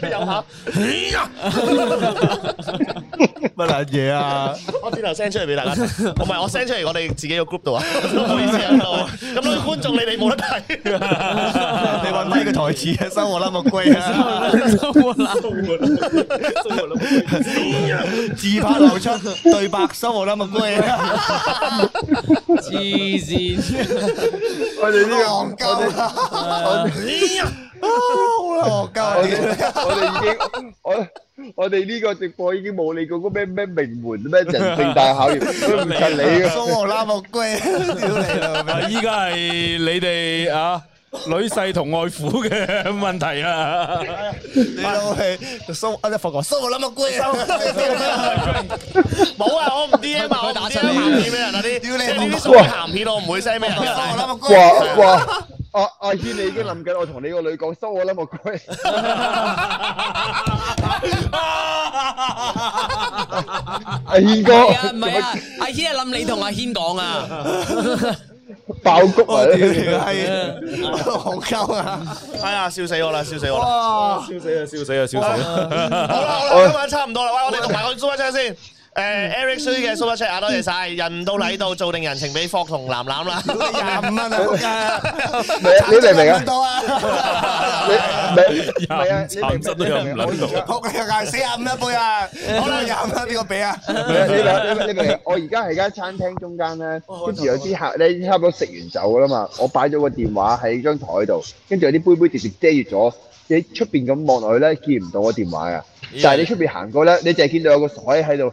佢有下，乜撚嘢啊？我轉頭 send 出嚟俾大家睇，唔係我 send 出嚟我哋自己個 group 度啊，唔好意思啊，咁多觀眾你哋冇得睇，你揾翻個台詞啊！收我啦，木龜啊！自拍流出對白，收我啦，木龜啊！黐線，我哋戇呢個我鳩哋啊！好戇鳩啊！我哋我哋已經我我哋呢個直播已經冇你嗰個咩咩名門咩人性大考驗，佢唔近你嘅。蘇荷拉木龜，屌你老味！依家係你哋啊女婿同外父嘅問題啊！你老氣，收啊！霍哥，收我諗乜鬼啊！冇啊，我唔 D M 啊，我唔 D M 鹹片俾人啊啲，即屌你係呢啲屬於鹹片，我唔會 send 俾人收我嘅。諗乜鬼啊！哇哇！阿阿軒，你已經諗緊我同你個女講收我啦，我鬼！阿軒哥係啊，唔係啊，阿軒係諗你同阿軒講啊，爆谷啊我！屌你個 閪，戇鳩啊！哎呀，笑死我啦，笑死我啦！笑哇！死啊！笑死啊！笑死啊！好啦好啦，今晚差唔多啦，喂，我哋同埋個 super chat 先。誒 Eric 衰嘅 super chat 啊，多謝晒，人到禮到，做定人情俾霍同藍藍啦。屌你廿五蚊啊！仆街你你賺咗明唔明咁多啊！啊？你你唔係啊？你明唔慘真都有唔明明我撚到而家仆你個街，四廿五一杯啊！好啦，廿五蚊邊個俾啊？你你你明唔 明？我而家係間餐廳中間咧，跟住有啲客咧差唔多食完酒啦嘛，我擺咗個電話喺張台度，跟住有啲杯杯直接遮住咗。你出邊咁望落去咧，見唔到個電話啊！但係你出邊行過咧，你淨係見到有個傻閪 喺度。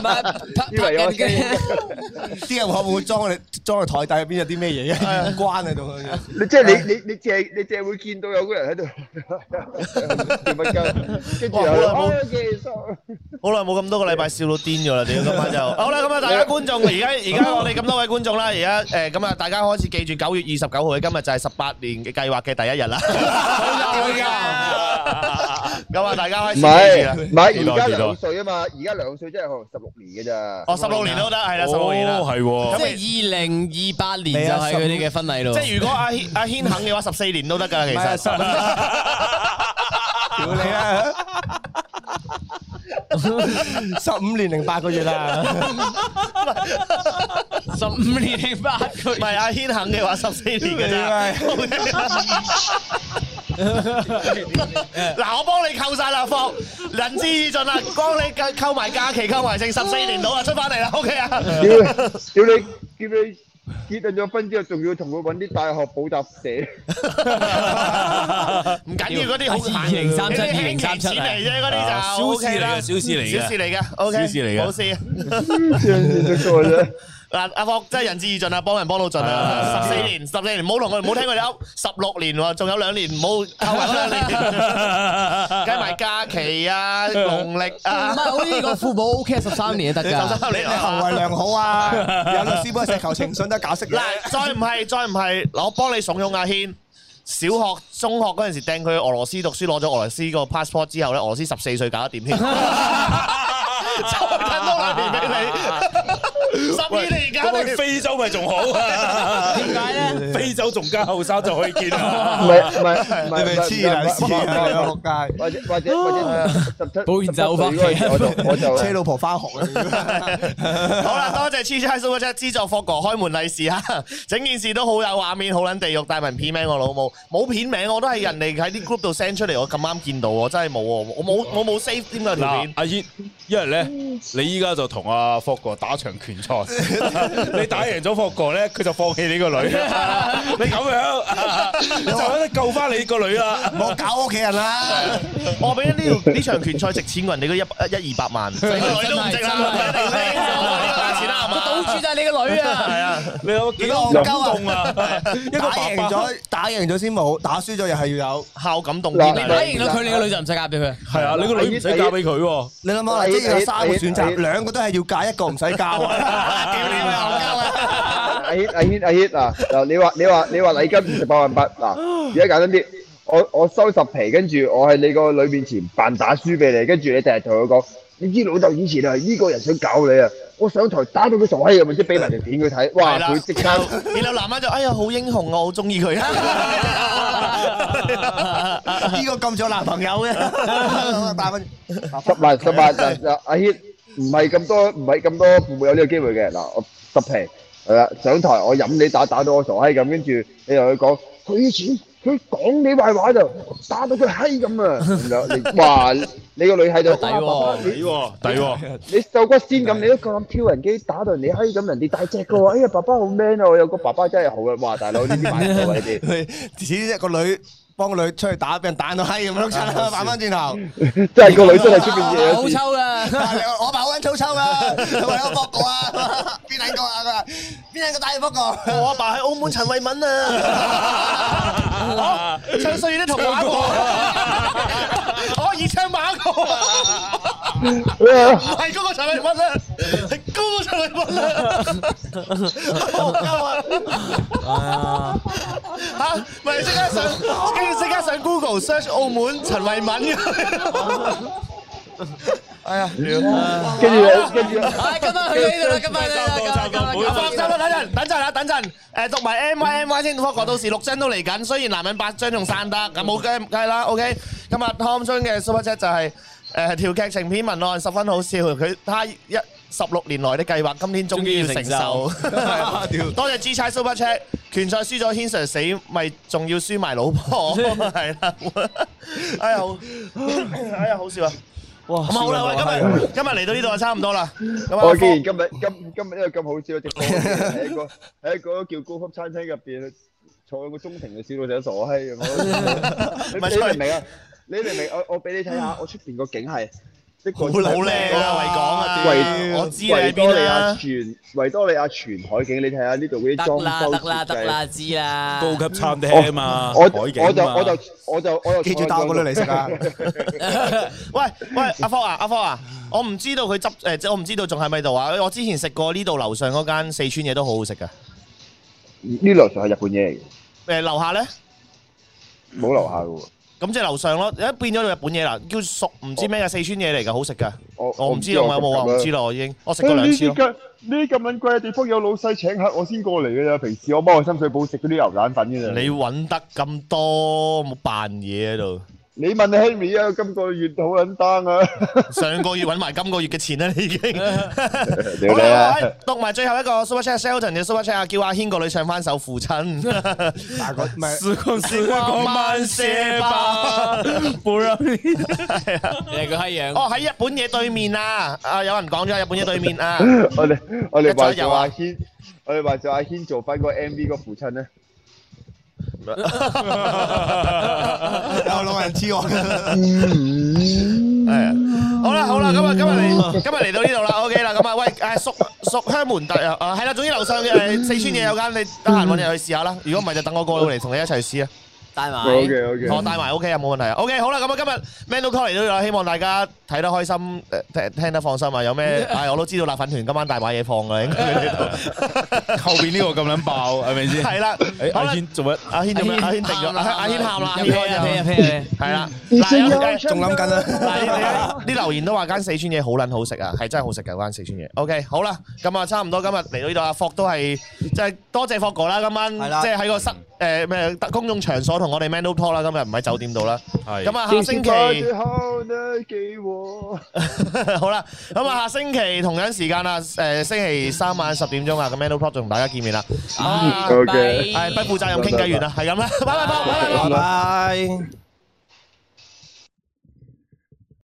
拍以為拍我緊嘅。啲人可唔會裝你裝去台底入邊有啲咩嘢嘅關喺度？你即係你你你 淨係你淨係會見到有個人喺度做乜鳩，跟住又哇好耐冇 OK sorry。好耐冇咁多個禮拜笑到癲咗啦，屌今晚就好啦，咁啊大家觀眾，而家而家我哋咁多位觀眾啦，而家誒咁啊大家開始記住九月二十九號嘅今日就係十八年嘅計劃嘅第一日啦，咁啊大家開始記唔住啦係，唔係，而期待家期待兩歲啊嘛，而家兩歲真係可能十六年嘅咋。哦十六年都得，係啦十六年哦，啦，係喎，即係二零二八年就係佢哋嘅婚禮即咯。係如果阿軒阿軒肯嘅話，十四年都得㗎啦，其唔係實十五屌你啊！十五年零八個月啦，十五年零八 個唔係阿軒肯嘅話，十四年嘅咋。嗱，我幫你扣晒啦，放仁至義盡啦，幫你扣扣埋假期，扣埋剩十四年到啦，出翻嚟啦，OK 啊？ 屌你，屌你，叫你結咗婚之後，仲要同佢揾啲大學補習 社。唔緊要嗰啲好閒二零三七嗰啲二零三七啊輕錢嚟啫，嗰啊啲就小事 OK 嚟嘅啦，小事嚟嘅小事嚟嘅，OK，小事嚟嘅冇事。真啫。嗱，阿霍真係仁至義盡啦，幫人幫到盡啦，十四年，十四年，唔好同佢，唔好聽佢哋噏十六年喎，仲有兩年，唔好扣埋嗰兩年， 計埋假期 啊、農曆唔啊，係，好似個父母 O K 十三年就得九㗎。三你年啊行為良好啊！有律師幫你寫求情信都搞識嘅嗱，再唔係，再唔係，我幫你慫恿阿軒。小學、中學嗰陣時掟佢去俄羅斯讀書，攞咗俄羅斯個 passport 之後咧，俄羅斯十四歲搞得掂 添，就等多兩年俾你，十二年搞咁得去掂。非洲咪 仲好啊？點解咧？非洲仲加後生就可以見唔啊！係唔係唔你咪係黐撚線啊！你個仆或者或者或 者十七，我就我就 街，車老婆翻學 啊！好啦，多謝 Chi Chi Super Chat 資助霍哥開門利是啊！ 整件事都好有畫面，好撚地獄，帶埋片名我老母，冇片名我都係人哋喺啲 group 度 send 出嚟，我咁啱見到我真係冇喎，我冇我冇 save 添㗎條嗱片，。阿燕，一係咧，你依家就同阿霍哥打場拳 賽，你打贏咗霍哥咧，佢就放棄你個女，啊 你咁樣就可以救翻你個女啊啦。唔好搞屋企人 啦！我俾呢條呢場拳賽值錢過人哋嗰一一一二百萬，個女都唔值啦，我錢啦係個嘛？賭注就係你個女啊！係啊，你有幾你個多戇感鳩啊動啊？一個打爸贏爸咗，打贏咗先冇，打輸咗又係要有。孝感動天你啊！打贏咗佢，你個女就唔使嫁俾佢。係啊，你個女唔使嫁俾佢 喎。你諗下，即係有三個選哎哎擇，哎兩個都係要嫁，一個唔使嫁 啊！屌你啊！阿軒阿軒阿軒嗱嗱，你話你話你話禮金二十八萬八嗱，而家簡單啲。我我收十皮，跟住我喺你個女面前扮打輸俾你，跟住你第日同佢講，你知老豆以前係呢個人想搞你啊！我上台打到佢傻閪咁，即係俾埋條片佢睇，哇！佢即刻〜然後男人就哎呀好英雄啊，我好中意佢啊！呢個咁咗男朋友嘅，大分十萬十萬嗱嗱，阿軒唔係咁多，唔係咁多父母有呢個機會嘅嗱，我十皮係啦，上台我飲你打打到我傻閪咁，跟住你又去講佢以前佢講你壞話就打到佢閪咁啊，咁樣你哇你個女喺度，抵喎啊你喎，抵喎，你瘦骨先咁，你都咁挑人機打到人哋閪咁，人哋大隻嘅喎，哎呀爸爸好 man 啊，我有個爸爸真係好啊，哇大佬呢啲買唔到啊呢啲。佢自己一個女幫個女出去打，俾人 彈到閪咁碌柒啦，反翻轉頭。真係個女真係出邊嘢好事。抽噶。我我把好撚粗臭啊，同埋我博過啊，邊撚個啊？佢話邊撚個打你博過？我阿爸喺澳門陳慧敏啊，唱歲月啲同馬過，我以唱馬過，唔係嗰個陳慧敏啊，係嗰個陳慧敏啊，好鳩啊！吓，咪即刻上，跟住即刻上 Google search 澳門陳慧敏。哎呀，跟 아,住跟住，唉，今晚去呢度啦，今晚呢度啦，今晚今晚放心今晚。啦，等陣，等陣啦，啊等陣。誒，讀埋 M Y M Y 先，不過到時六張都嚟緊。雖然男人八張仲散得，咁冇計唔計啦。OK，今日 Tom 張嘅 Super Chat 就係誒條劇情片文案十分好笑，佢他一十六年來的計劃，今天終於要承受。 多謝 G 差 Super Chat，拳賽輸咗軒 Sir 死，咪仲要輸埋老 婆，係啦。哎 呀，好哎呀，好笑啊！哇！咁好啦，笑到喂，今日今日嚟到呢度就差唔多啦。咁啊我既然今日今今日呢個咁好笑嘅直播，喺一個喺一個叫高級餐廳入邊坐喺個中庭嘅小老細傻閪咁。你你明唔明啊？你明唔明？我我俾你睇下，我出邊個景係一個好靚啊，維港啊，維我知你喺維多邊利亞啦。全維多利亞全海景，你睇下呢度嗰啲裝得啦修得啦設得計。啦，知啊啦。高級餐廳啊嘛，哦我海景我就嘛我就我就我就記住帶我個女嚟食啊！喂喂，阿科啊，阿科啊，我唔知道佢執誒，即係我唔知道仲喺咪度啊。我之前食過呢度樓上嗰間四川嘢都好好食噶。呢樓上係日本嘢嚟誒樓下咧，嘅，冇樓下嘅喎。咁即係樓上咯，一變咗日本嘢啦，叫熟唔知咩嘅四川嘢嚟㗎，好食㗎。我哎我唔知道我有冇啊，唔知啦，我已經我食過呢兩次啲咯。咁呢啲咁撚貴嘅地方有老細請客，我先過嚟嘅咋。平時我幫我深水埗食嗰啲牛蛋粉嘅咋。你揾得咁多，冇扮嘢喺度。你問 Henry 啊，今個月好撚 down 啊！上個月揾埋今個月嘅錢啊啦，你已經。屌好 你啦，啊！喂讀埋最後一個 Super Chat Shelton 嘅 Super Chat 啊，叫阿軒個女唱翻首《父親》。但係個唔係時光時光慢些吧，不讓你你係個閪 樣。哦，喺日本嘢對面啊！啊，有人講咗喺日本嘢對面啊！我哋我哋話一早有做啊阿軒，我哋話做阿軒做翻個 MV 個父親咧。有老人痴呆。係啊，好啦好啦，咁啊今日嚟今日嚟到呢度啦，OK 啦，咁啊喂，誒蜀蜀香門第啊，啊係啦，總之樓上嘅誒四川嘢有間，你得閒揾日去試下啦。如果唔係就等我過到嚟同你一齊試啊，帶埋。 O K O 我 K。帶埋 OK 啊，冇問題啊。OK 好啦，咁啊今日 Man to Call 嚟到呢度啦，希望大家睇得開心，誒聽聽得放心啊。有 咩？唉，我都知道辣粉團今晚大把嘢放㗎，應該 喺呢度。後邊呢個咁撚爆，係咪先？係啦，誒，好阿啦，軒做乜？阿軒做咩？阿軒定咗，阿阿軒喊啦，阿軒入戲啊開始。入戲啊入戲係啦，嗱有誒仲諗緊啦，嗱呢啲留言都話間四川嘢好撚好食啊，係真係好食㗎間四川嘢。OK，好啦，咁啊差唔多今日嚟到呢度啊，霍都係即係多謝霍哥啦，今晚係啦嗯即係喺個室誒咩公眾場所同我哋 man to talk 啦，今日唔喺酒店度啦。係咁啊下星期 好呢幾我。好啦，咁啊下星期同樣時間啊，誒星期三晚十點鐘啊，咁 man to talk 就同大家見面啦。好啊嗯 OK 係不負責任傾偈完啦，係咁啦，拜拜，拜拜。拜拜。